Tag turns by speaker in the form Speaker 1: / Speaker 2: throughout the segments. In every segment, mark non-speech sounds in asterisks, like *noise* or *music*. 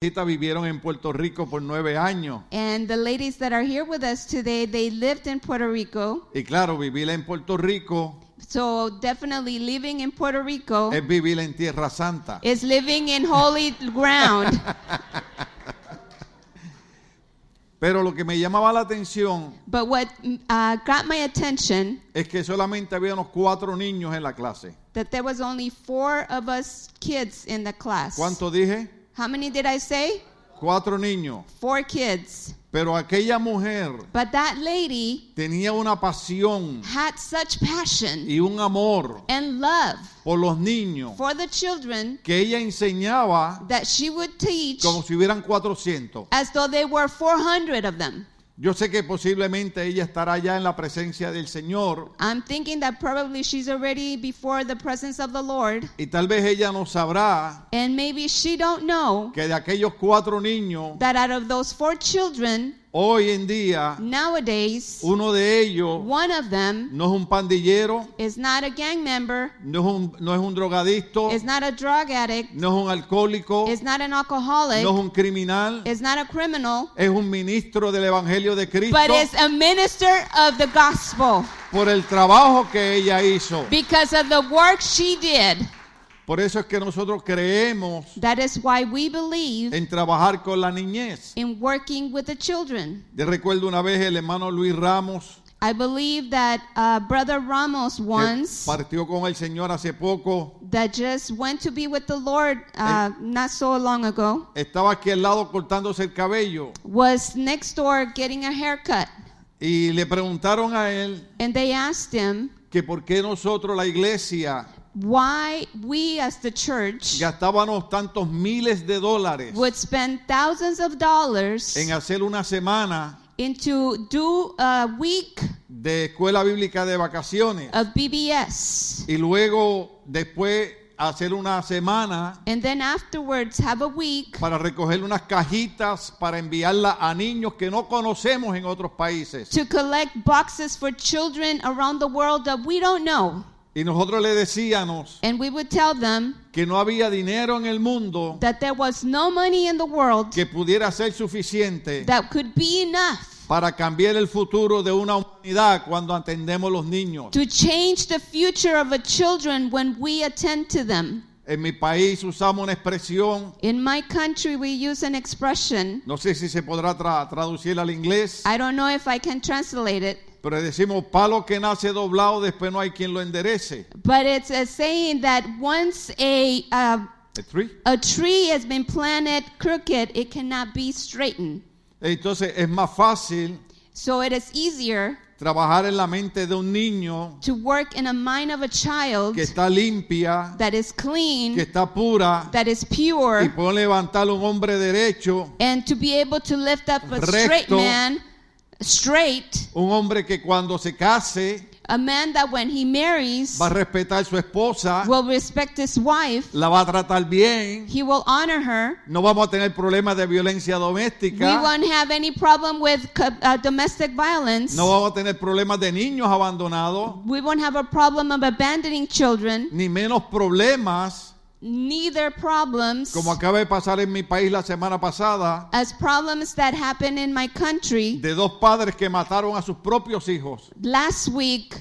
Speaker 1: jovencitas vivieron en Puerto Rico por nueve años.
Speaker 2: And the ladies that are here with us today, they lived in Puerto Rico.
Speaker 1: Y claro, vivir en Puerto Rico
Speaker 2: So definitely living in Puerto Rico
Speaker 1: es vivir en Tierra Santa.
Speaker 2: is living in holy
Speaker 1: *laughs*
Speaker 2: ground.
Speaker 1: Pero lo que me llamaba la atención
Speaker 2: But what uh, got my attention
Speaker 1: es que solamente había unos cuatro niños en la clase.
Speaker 2: that there was only four of us kids in the class.
Speaker 1: ¿Cuánto dije?
Speaker 2: How many did I say?
Speaker 1: Cuatro niños.
Speaker 2: Four kids.
Speaker 1: Pero aquella mujer
Speaker 2: But that lady
Speaker 1: tenía una pasión
Speaker 2: had such passion
Speaker 1: y un amor
Speaker 2: and love
Speaker 1: por los niños
Speaker 2: for the children
Speaker 1: que ella enseñaba
Speaker 2: that she would teach
Speaker 1: como si hubieran 400.
Speaker 2: as though they were 400 of them.
Speaker 1: Yo sé que posiblemente ella estará ya en la presencia del Señor
Speaker 2: I'm thinking that probably she's already before the presence of the Lord
Speaker 1: y tal vez ella no sabrá
Speaker 2: and maybe she don't know
Speaker 1: que de aquellos cuatro niños,
Speaker 2: that out of those four children
Speaker 1: hoy en día,
Speaker 2: nowadays
Speaker 1: uno de ellos
Speaker 2: one of them
Speaker 1: no es un pandillero,
Speaker 2: is not a gang member,
Speaker 1: no es un, no es un drogadicto,
Speaker 2: is not a drug addict,
Speaker 1: no es un alcohólico,
Speaker 2: is not an
Speaker 1: no es
Speaker 2: alcoholic,
Speaker 1: un criminal,
Speaker 2: is not a criminal,
Speaker 1: es un ministro del Evangelio de
Speaker 2: but is
Speaker 1: Cristo
Speaker 2: a minister of the gospel
Speaker 1: por el trabajo que ella hizo.
Speaker 2: because of the work she did.
Speaker 1: Por eso es que nosotros creemos
Speaker 2: That is why we believe
Speaker 1: en trabajar con la niñez.
Speaker 2: in working with the children.
Speaker 1: Yo recuerdo una vez el hermano Luis Ramos,
Speaker 2: I believe that uh, Brother Ramos
Speaker 1: que
Speaker 2: once,
Speaker 1: partió con el Señor hace poco,
Speaker 2: that just went to be with the Lord uh, not so long ago,
Speaker 1: estaba aquí al lado cortándose el cabello
Speaker 2: was next door getting a haircut.
Speaker 1: y le preguntaron a él
Speaker 2: And they asked him
Speaker 1: que por qué nosotros, la iglesia,
Speaker 2: why we as the church
Speaker 1: gastábamos tantos miles de dólares
Speaker 2: would spend thousands of dollars
Speaker 1: en hacer una semana
Speaker 2: into do a week
Speaker 1: de escuela bíblica de vacaciones
Speaker 2: of BBS
Speaker 1: y luego después hacer una semana
Speaker 2: and then afterwards have a week
Speaker 1: para recoger unas cajitas para enviarlas a niños que no conocemos en otros países.
Speaker 2: to collect boxes for children around the world that we don't know.
Speaker 1: Y nosotros le decíamos
Speaker 2: And we would tell them
Speaker 1: que no había dinero en el mundo
Speaker 2: that there was no money in the world
Speaker 1: que pudiera ser suficiente
Speaker 2: that could be enough
Speaker 1: para cambiar el futuro de una humanidad cuando atendemos los niños.
Speaker 2: to change the future of a children when we attend to them.
Speaker 1: En mi país usamos una expresión,
Speaker 2: In my country, we use an expression.
Speaker 1: no sé si se podrá tra- traducir al inglés,
Speaker 2: I don't know if I can translate it,
Speaker 1: pero decimos palo que nace doblado, después no hay quien lo enderece.
Speaker 2: but it's a saying that once a uh,
Speaker 1: A tree.
Speaker 2: a tree has been planted crooked, it cannot be straightened.
Speaker 1: Entonces es más fácil
Speaker 2: So it is easier
Speaker 1: trabajar en la mente de un niño
Speaker 2: to work in a mind of a child
Speaker 1: que está limpia,
Speaker 2: that is
Speaker 1: que
Speaker 2: clean,
Speaker 1: está pura,
Speaker 2: that is
Speaker 1: y
Speaker 2: pure,
Speaker 1: puede levantar un hombre derecho,
Speaker 2: and to be able to lift up a straight
Speaker 1: Recto.
Speaker 2: man straight,
Speaker 1: un hombre que cuando se case
Speaker 2: a man that when he marries
Speaker 1: va a respetar su esposa,
Speaker 2: will respect his wife,
Speaker 1: la va a tratar bien,
Speaker 2: he will honor her.
Speaker 1: no vamos a tener problemas de violencia
Speaker 2: We
Speaker 1: doméstica,
Speaker 2: won't have any problem with co- uh, domestic violence.
Speaker 1: no vamos a tener problemas de niños abandonados,
Speaker 2: We won't have a problem of abandoning children,
Speaker 1: ni menos problemas,
Speaker 2: neither problems
Speaker 1: como acaba de pasar en mi país la semana pasada,
Speaker 2: as problems that happen in my country.
Speaker 1: de dos padres que mataron a sus propios hijos.
Speaker 2: Last week,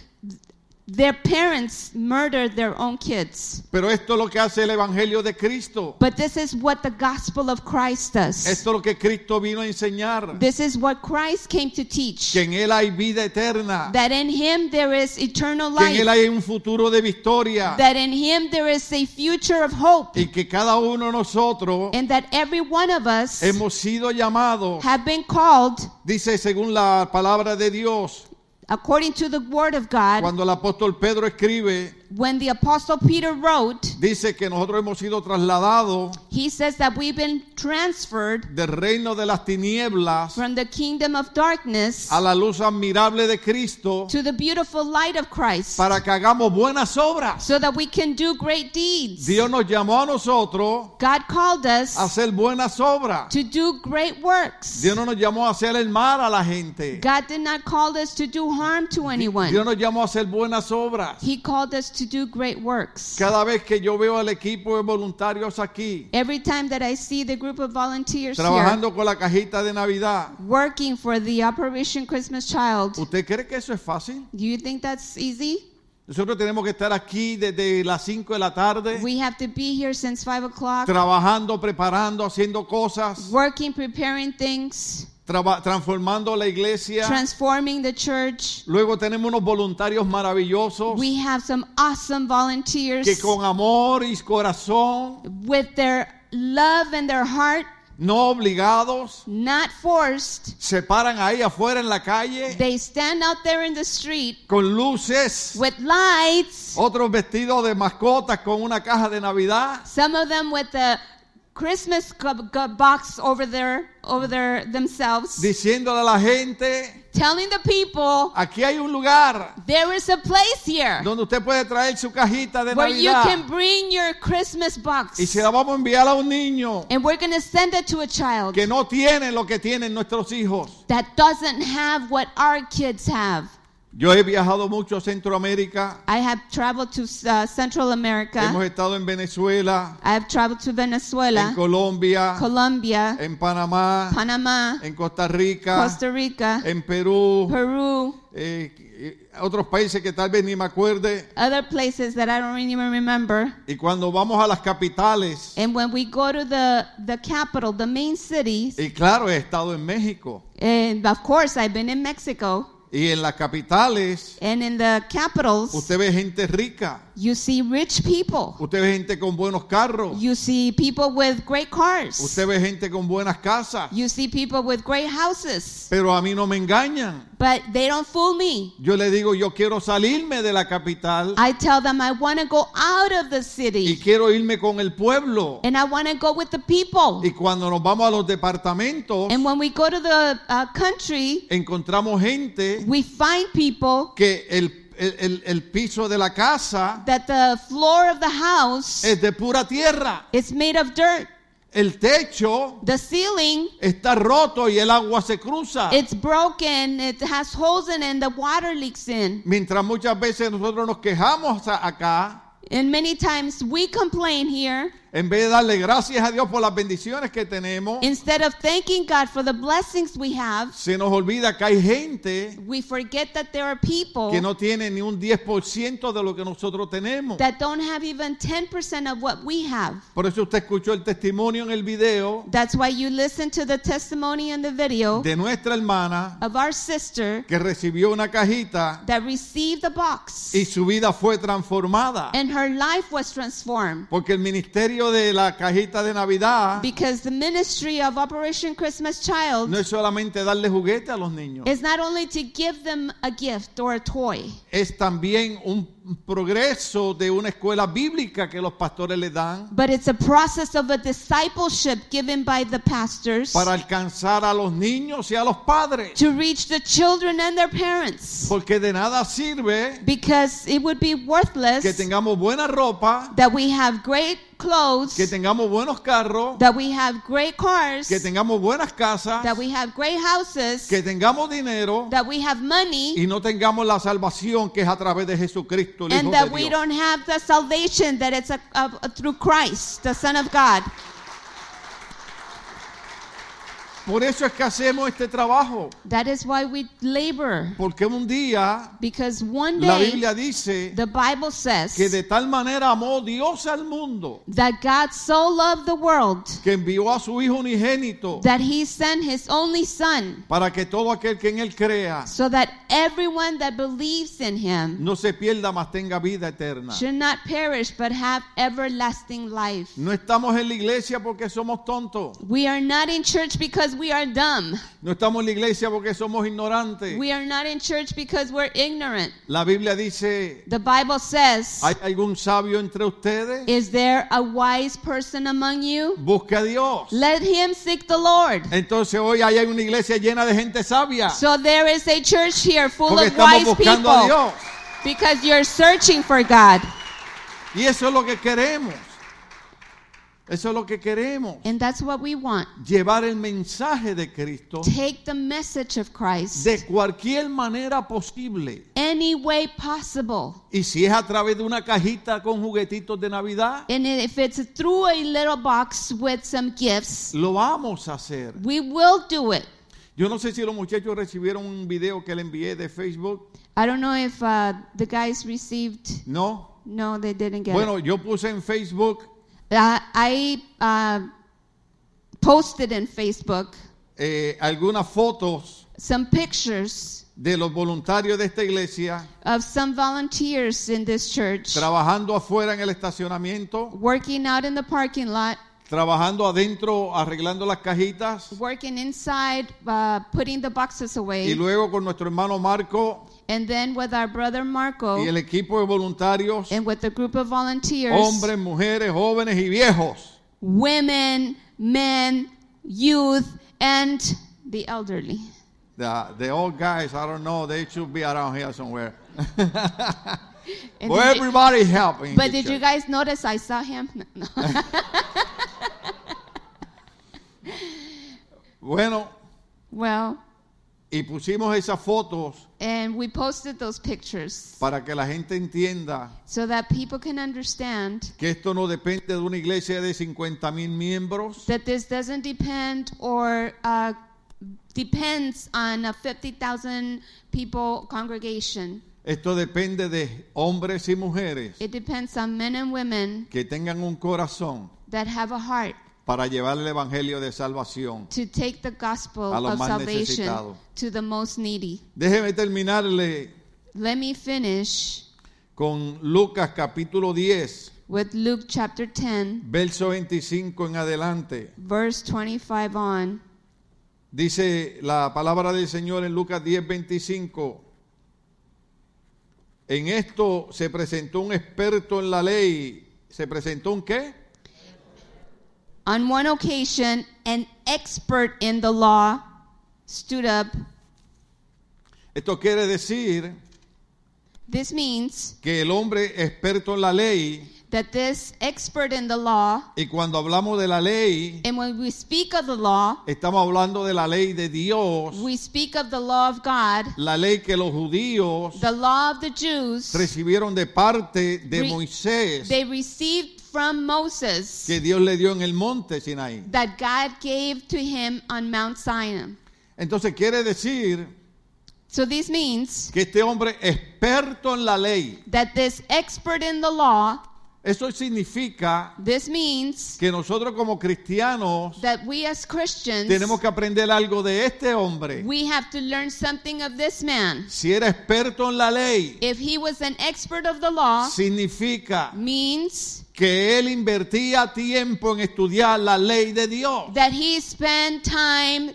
Speaker 2: their parents murdered their own kids.
Speaker 1: Pero esto es lo que hace el Evangelio de Cristo.
Speaker 2: But this is what the gospel of Christ does.
Speaker 1: Esto es lo que Cristo vino a enseñar.
Speaker 2: This is what Christ came to teach.
Speaker 1: Que en Él hay vida eterna.
Speaker 2: That in him there is eternal
Speaker 1: Que en Él
Speaker 2: life.
Speaker 1: hay un futuro de victoria.
Speaker 2: That in him there is a future of hope.
Speaker 1: Y que cada uno de nosotros
Speaker 2: And that every one of us
Speaker 1: hemos sido llamados,
Speaker 2: have been called
Speaker 1: dice según la palabra de Dios,
Speaker 2: according to the word of God.
Speaker 1: cuando el apóstol Pedro escribe,
Speaker 2: When the apostle Peter wrote,
Speaker 1: dice que nosotros hemos sido trasladados
Speaker 2: he says that we've been transferred
Speaker 1: del reino de las tinieblas
Speaker 2: from the kingdom of darkness
Speaker 1: a la luz admirable de Cristo
Speaker 2: to the beautiful light of Christ
Speaker 1: para que hagamos buenas obras.
Speaker 2: so that we can do great deeds.
Speaker 1: Dios nos llamó a nosotros
Speaker 2: God called
Speaker 1: a
Speaker 2: us
Speaker 1: hacer buenas obras.
Speaker 2: to do great works.
Speaker 1: Dios no nos llamó a hacer el mal a la gente.
Speaker 2: God did not call us to do harm to
Speaker 1: Dios
Speaker 2: anyone.
Speaker 1: nos llamó a hacer buenas obras.
Speaker 2: He called us to do great works.
Speaker 1: Cada vez que yo veo al equipo de voluntarios aquí,
Speaker 2: Every time that I see the group of volunteers here
Speaker 1: trabajando con la cajita de Navidad,
Speaker 2: working for the Operation Christmas Child,
Speaker 1: ¿usted cree que eso es fácil?
Speaker 2: do you think that's easy?
Speaker 1: Nosotros tenemos que estar aquí desde las 5 de la tarde,
Speaker 2: We have to be here since 5 o'clock,
Speaker 1: trabajando, preparando, haciendo cosas,
Speaker 2: working, preparing things,
Speaker 1: traba- transformando la iglesia.
Speaker 2: transforming the church.
Speaker 1: Luego tenemos unos voluntarios maravillosos
Speaker 2: We have some awesome
Speaker 1: que
Speaker 2: volunteers
Speaker 1: con amor y corazón,
Speaker 2: with their love and their heart,
Speaker 1: no obligados,
Speaker 2: not forced.
Speaker 1: se paran ahí afuera en la calle
Speaker 2: They stand out there in the street
Speaker 1: con luces,
Speaker 2: with lights,
Speaker 1: otros vestidos de mascotas con una caja de Navidad.
Speaker 2: some of them with a Christmas co- co- box over their over their themselves,
Speaker 1: diciéndole a la gente,
Speaker 2: telling the people
Speaker 1: aquí hay un lugar
Speaker 2: there is a place here
Speaker 1: donde usted puede traer su cajita de
Speaker 2: where you can
Speaker 1: Navidad
Speaker 2: bring your Christmas box,
Speaker 1: y se la vamos a enviar a un niño
Speaker 2: and we're gonna send it to a child
Speaker 1: que no tiene lo que tienen nuestros hijos.
Speaker 2: that doesn't have what our kids have.
Speaker 1: Yo he viajado mucho a Centroamérica,
Speaker 2: I have traveled to uh, Central
Speaker 1: hemos
Speaker 2: America.
Speaker 1: estado en Venezuela,
Speaker 2: I have traveled to Venezuela,
Speaker 1: en Colombia,
Speaker 2: Colombia,
Speaker 1: en Panamá,
Speaker 2: Panama,
Speaker 1: en Costa Rica,
Speaker 2: Costa Rica,
Speaker 1: en Perú,
Speaker 2: Peru,
Speaker 1: eh, eh, otros países que tal vez ni me acuerde.
Speaker 2: other places that I don't even remember.
Speaker 1: Y cuando vamos a las capitales,
Speaker 2: And when we go to the, the capital, the main cities,
Speaker 1: y claro, he estado en México,
Speaker 2: and of course I've been in Mexico,
Speaker 1: y en las capitales
Speaker 2: and in the capitals,
Speaker 1: Usted ve gente rica,
Speaker 2: you see rich people.
Speaker 1: usted ve gente con buenos carros,
Speaker 2: You see people with great cars.
Speaker 1: usted ve gente con buenas casas,
Speaker 2: You see people with great houses.
Speaker 1: pero a mí no me engañan.
Speaker 2: But they don't fool me.
Speaker 1: Yo le digo, yo quiero salirme de la capital
Speaker 2: I tell them I want to go out of the
Speaker 1: y
Speaker 2: city
Speaker 1: quiero irme con el pueblo.
Speaker 2: and I want to go with the people.
Speaker 1: Y cuando nos vamos a los departamentos,
Speaker 2: And when we go to the uh, country,
Speaker 1: encontramos gente
Speaker 2: we find people
Speaker 1: que el, el- el- el piso de la casa
Speaker 2: that the floor of the house
Speaker 1: es de pura tierra,
Speaker 2: is made of dirt.
Speaker 1: el techo
Speaker 2: The ceiling,
Speaker 1: está roto y el agua se cruza.
Speaker 2: it's broken, it has holes in it, and the water leaks in.
Speaker 1: Mientras muchas veces nosotros nos quejamos a- acá,
Speaker 2: And many times we complain here
Speaker 1: En vez de darle gracias a Dios por las bendiciones que tenemos,
Speaker 2: instead of thanking God for the blessings we have.
Speaker 1: se nos olvida que hay gente
Speaker 2: We forget that there are
Speaker 1: que
Speaker 2: people
Speaker 1: no tiene ni un 10% de lo que nosotros tenemos.
Speaker 2: that don't have even 10% of what we have.
Speaker 1: Por eso usted escuchó el testimonio en el video
Speaker 2: That's why you listen to the testimony in the video
Speaker 1: de nuestra hermana
Speaker 2: of our sister
Speaker 1: que recibió una cajita
Speaker 2: that received the box
Speaker 1: y su vida fue transformada.
Speaker 2: and her life was transformed
Speaker 1: Porque el ministerio de la cajita de Navidad
Speaker 2: because the ministry of Operation Christmas Child
Speaker 1: no es solamente darle juguete a los niños,
Speaker 2: is not only to give them a gift or a toy,
Speaker 1: es también un progreso de una escuela bíblica que los pastores le dan
Speaker 2: but it's a process of a discipleship given by the pastors
Speaker 1: para alcanzar a los niños y a los padres.
Speaker 2: to reach the children and their parents
Speaker 1: Porque de nada sirve
Speaker 2: because it would be worthless
Speaker 1: que tengamos buena ropa,
Speaker 2: that we have great clothes,
Speaker 1: que tengamos buenos carros,
Speaker 2: that we have great cars,
Speaker 1: que tengamos buenas casas,
Speaker 2: that we have great houses,
Speaker 1: que tengamos dinero
Speaker 2: that we have money,
Speaker 1: y no tengamos la salvación que es a través de Jesucristo, el Hijo
Speaker 2: and that
Speaker 1: de
Speaker 2: we
Speaker 1: Dios.
Speaker 2: don't have the salvation that it's a, a- through Christ, the Son of God.
Speaker 1: Por eso es que hacemos este trabajo.
Speaker 2: That is why we labor,
Speaker 1: Porque un día
Speaker 2: because one
Speaker 1: la
Speaker 2: day
Speaker 1: Biblia dice
Speaker 2: the Bible says
Speaker 1: que de tal manera amó Dios al mundo
Speaker 2: that God so loved the world
Speaker 1: que envió a su Hijo unigénito
Speaker 2: that He sent His only Son,
Speaker 1: para que todo aquel que en él crea
Speaker 2: so that everyone that believes in Him
Speaker 1: no se pierda, mas tenga vida eterna.
Speaker 2: should not perish but have everlasting life.
Speaker 1: No estamos en la iglesia porque somos tontos.
Speaker 2: We are not in church because we are dumb.
Speaker 1: No estamos en la iglesia porque somos ignorantes.
Speaker 2: We are not in church because we're ignorant.
Speaker 1: La Biblia dice,
Speaker 2: The Bible says,
Speaker 1: ¿hay algún sabio entre ustedes?
Speaker 2: Is there a wise person among you?
Speaker 1: Busque a Dios.
Speaker 2: Let him seek the Lord.
Speaker 1: Entonces hoy hay una iglesia llena de gente sabia.
Speaker 2: So there is a church here full
Speaker 1: Porque
Speaker 2: of
Speaker 1: estamos
Speaker 2: wise
Speaker 1: buscando a
Speaker 2: people
Speaker 1: Dios.
Speaker 2: because you're searching for God.
Speaker 1: Y eso es lo que queremos. Eso es lo que queremos.
Speaker 2: And that's what we want.
Speaker 1: Llevar el mensaje de Cristo
Speaker 2: Take the message of Christ
Speaker 1: de cualquier manera posible.
Speaker 2: any way possible.
Speaker 1: Y si es a través de una cajita con juguetitos de Navidad,
Speaker 2: And if it's through a little box with some gifts,
Speaker 1: lo vamos a hacer.
Speaker 2: we will do it.
Speaker 1: Yo no sé si los muchachos recibieron un video que le envié de Facebook.
Speaker 2: I don't know if uh, the guys received.
Speaker 1: No.
Speaker 2: No, they didn't get
Speaker 1: Bueno, yo puse en Facebook
Speaker 2: it. Uh, I uh, posted in Facebook
Speaker 1: eh, algunas fotos
Speaker 2: some pictures
Speaker 1: de los voluntarios de esta iglesia
Speaker 2: of some volunteers in this church
Speaker 1: trabajando afuera en el estacionamiento,
Speaker 2: working out in the parking lot,
Speaker 1: trabajando adentro arreglando las cajitas
Speaker 2: working inside, uh, putting the boxes away,
Speaker 1: y luego con nuestro hermano Marco
Speaker 2: and then with our brother Marco
Speaker 1: y el equipo de voluntarios,
Speaker 2: and with the group of volunteers,
Speaker 1: hombres, mujeres, jóvenes y viejos.
Speaker 2: women, men, youth, and the elderly.
Speaker 1: The, the old guys, I don't know, they should be around here somewhere.
Speaker 2: And
Speaker 1: Well,
Speaker 2: did you-
Speaker 1: everybody helping.
Speaker 2: but did you guys notice I saw him? *laughs* No, no.
Speaker 1: Bueno,
Speaker 2: well,
Speaker 1: y pusimos esas fotos
Speaker 2: and we posted those pictures
Speaker 1: para que la gente entienda
Speaker 2: so that people can understand
Speaker 1: que esto no depende de una iglesia de 50 mil miembros,
Speaker 2: that this doesn't depend or uh, depends on a 50,000 people congregation.
Speaker 1: esto depende de hombres y mujeres
Speaker 2: It depends on men and women
Speaker 1: que tengan un corazón
Speaker 2: that have a heart
Speaker 1: para llevar el evangelio de salvación.
Speaker 2: to take the gospel
Speaker 1: A los
Speaker 2: of
Speaker 1: más
Speaker 2: salvation
Speaker 1: necesitados.
Speaker 2: to the most needy.
Speaker 1: Déjeme terminarle
Speaker 2: Let me finish
Speaker 1: con Lucas capítulo 10.
Speaker 2: with Luke chapter 10,
Speaker 1: verso 25 en adelante.
Speaker 2: verse 25 on.
Speaker 1: Dice la palabra del Señor en Lucas 10, 25. En esto se presentó un experto en la ley. ¿Se presentó un qué?
Speaker 2: On one occasion, an expert in the law stood up.
Speaker 1: Esto quiere decir
Speaker 2: This means
Speaker 1: que el hombre experto en la ley,
Speaker 2: that this expert in the law,
Speaker 1: y cuando hablamos de la ley,
Speaker 2: and when we speak of the law,
Speaker 1: estamos hablando de la ley de Dios,
Speaker 2: we speak of the law of God,
Speaker 1: la ley que los judíos
Speaker 2: the law of the Jews,
Speaker 1: recibieron de parte de
Speaker 2: Re-
Speaker 1: Moisés,
Speaker 2: they received from Moses
Speaker 1: que Dios le dio en el monte Sinaí.
Speaker 2: that God gave to him on Mount Sinai.
Speaker 1: Entonces quiere decir
Speaker 2: So this means
Speaker 1: que este hombre experto en la ley,
Speaker 2: that this expert in the law,
Speaker 1: eso significa
Speaker 2: this means
Speaker 1: que nosotros como cristianos
Speaker 2: that we as Christians,
Speaker 1: tenemos que aprender algo de este hombre.
Speaker 2: we have to learn something of this man.
Speaker 1: Si era experto en la ley,
Speaker 2: If he was an expert of the law,
Speaker 1: significa
Speaker 2: means
Speaker 1: que él invertía tiempo en estudiar la ley de Dios.
Speaker 2: that he spent time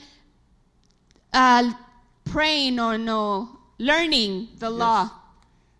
Speaker 2: uh, praying or no, learning the law.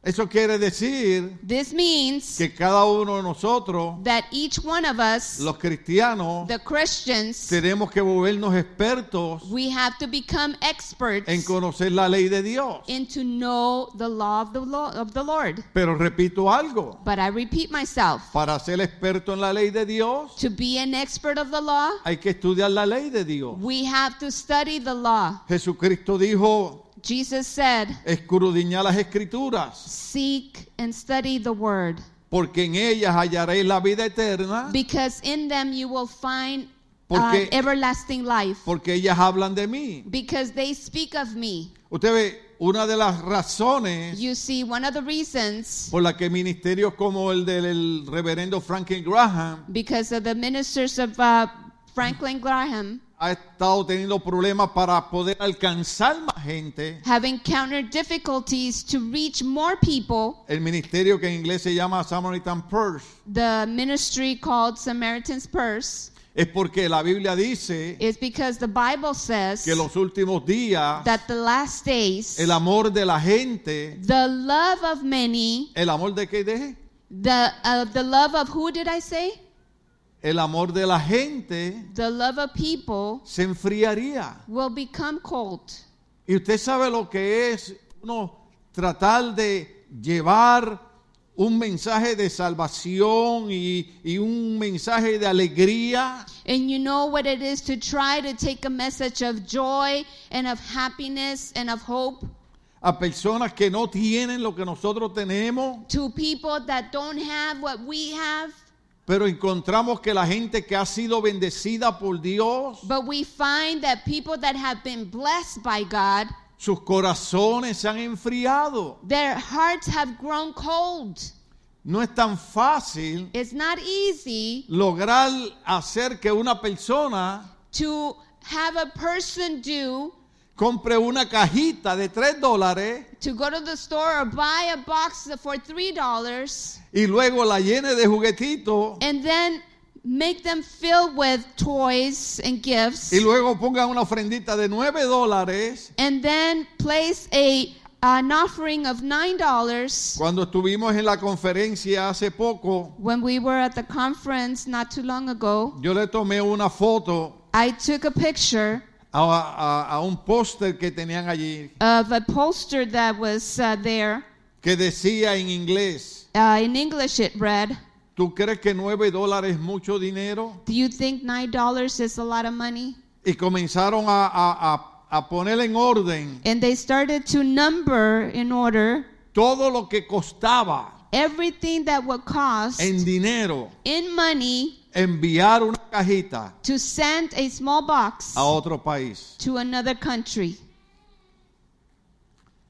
Speaker 1: Eso quiere decir
Speaker 2: This means
Speaker 1: que cada uno de nosotros,
Speaker 2: that each one of us,
Speaker 1: los cristianos,
Speaker 2: the Christians,
Speaker 1: tenemos que volvernos expertos
Speaker 2: we have to become experts
Speaker 1: en conocer la ley de Dios.
Speaker 2: and to know the law of the, law, of the Lord.
Speaker 1: Pero repito algo,
Speaker 2: But I repeat myself,
Speaker 1: para ser experto en la ley de Dios,
Speaker 2: to be an expert of the law,
Speaker 1: Hay que estudiar la ley de Dios.
Speaker 2: we have to study the law.
Speaker 1: Jesucristo dijo,
Speaker 2: Jesus said,
Speaker 1: escrudiña las escrituras,
Speaker 2: seek and study the word.
Speaker 1: porque en ellas hallaréis la vida eterna,
Speaker 2: Because in them you will find uh,
Speaker 1: Porque-
Speaker 2: everlasting life.
Speaker 1: porque ellas hablan de mí.
Speaker 2: Because they speak of me.
Speaker 1: Usted ve, una de las razones
Speaker 2: You see, one of the reasons,
Speaker 1: por la que ministerios como el del reverendo Franklin Graham
Speaker 2: because of the ministers of uh, Franklin Graham
Speaker 1: ha estado teniendo problemas para poder alcanzar más gente,
Speaker 2: have encountered difficulties to reach more people,
Speaker 1: el ministerio que en inglés se llama Samaritan Purse,
Speaker 2: the ministry called Samaritan's Purse,
Speaker 1: es porque la Biblia dice
Speaker 2: is because the Bible says
Speaker 1: que los últimos días
Speaker 2: that the last days,
Speaker 1: el amor de la gente
Speaker 2: the love of many,
Speaker 1: ¿El amor de qué deje?
Speaker 2: the, uh, the love of who did I say?
Speaker 1: El amor de la gente
Speaker 2: The love of people
Speaker 1: se enfriaría.
Speaker 2: will become cold.
Speaker 1: Y usted sabe lo que es uno tratar de llevar un mensaje de salvación y, y un mensaje de alegría
Speaker 2: And you know what it is to try to take a message of joy and of happiness and of hope
Speaker 1: a personas que no tienen lo que nosotros tenemos,
Speaker 2: to people that don't have what we have,
Speaker 1: pero encontramos que la gente que ha sido bendecida por Dios,
Speaker 2: but we find that people that have been blessed by God,
Speaker 1: sus corazones se han enfriado.
Speaker 2: their hearts have grown cold.
Speaker 1: No es tan fácil
Speaker 2: It's not easy
Speaker 1: lograr hacer que una persona
Speaker 2: to have a person do
Speaker 1: compre una cajita de tres dólares
Speaker 2: to go to the store or buy a box for three dollars
Speaker 1: y luego la llene de juguetitos
Speaker 2: and then make them fill with toys and gifts
Speaker 1: y luego ponga una ofrendita de nueve dólares.
Speaker 2: and then place a an offering of nine dollars
Speaker 1: Cuando estuvimos en la conferencia hace poco,
Speaker 2: when we were at the conference not too long ago
Speaker 1: yo le tomé una foto
Speaker 2: i took a picture
Speaker 1: a, a- a un póster que tenían allí
Speaker 2: of a poster that was uh, there
Speaker 1: que decía en inglés,
Speaker 2: uh, in english it read
Speaker 1: ¿tú crees que nueve dólares es mucho dinero?
Speaker 2: do you think nine dollars is a lot of money
Speaker 1: Y comenzaron a, a- a- a poner en orden
Speaker 2: and they started to number in order
Speaker 1: todo lo que costaba
Speaker 2: everything that would cost
Speaker 1: en dinero
Speaker 2: in money
Speaker 1: enviar una cajita
Speaker 2: to send a small box
Speaker 1: a otro país.
Speaker 2: to another country.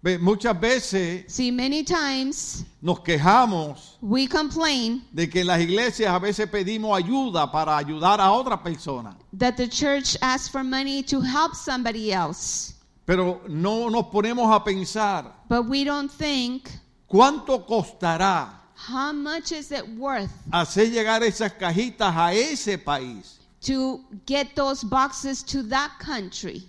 Speaker 1: Ve, Muchas veces
Speaker 2: See, many times
Speaker 1: nos quejamos
Speaker 2: we complain
Speaker 1: de que en las iglesias a veces pedimos ayuda para ayudar a otra persona,
Speaker 2: that the church asks for money to help somebody else,
Speaker 1: pero no nos ponemos a pensar
Speaker 2: but we don't think
Speaker 1: cuánto costará
Speaker 2: how much is it worth
Speaker 1: hacer llegar esas cajitas a ese país.
Speaker 2: to get those boxes to that country.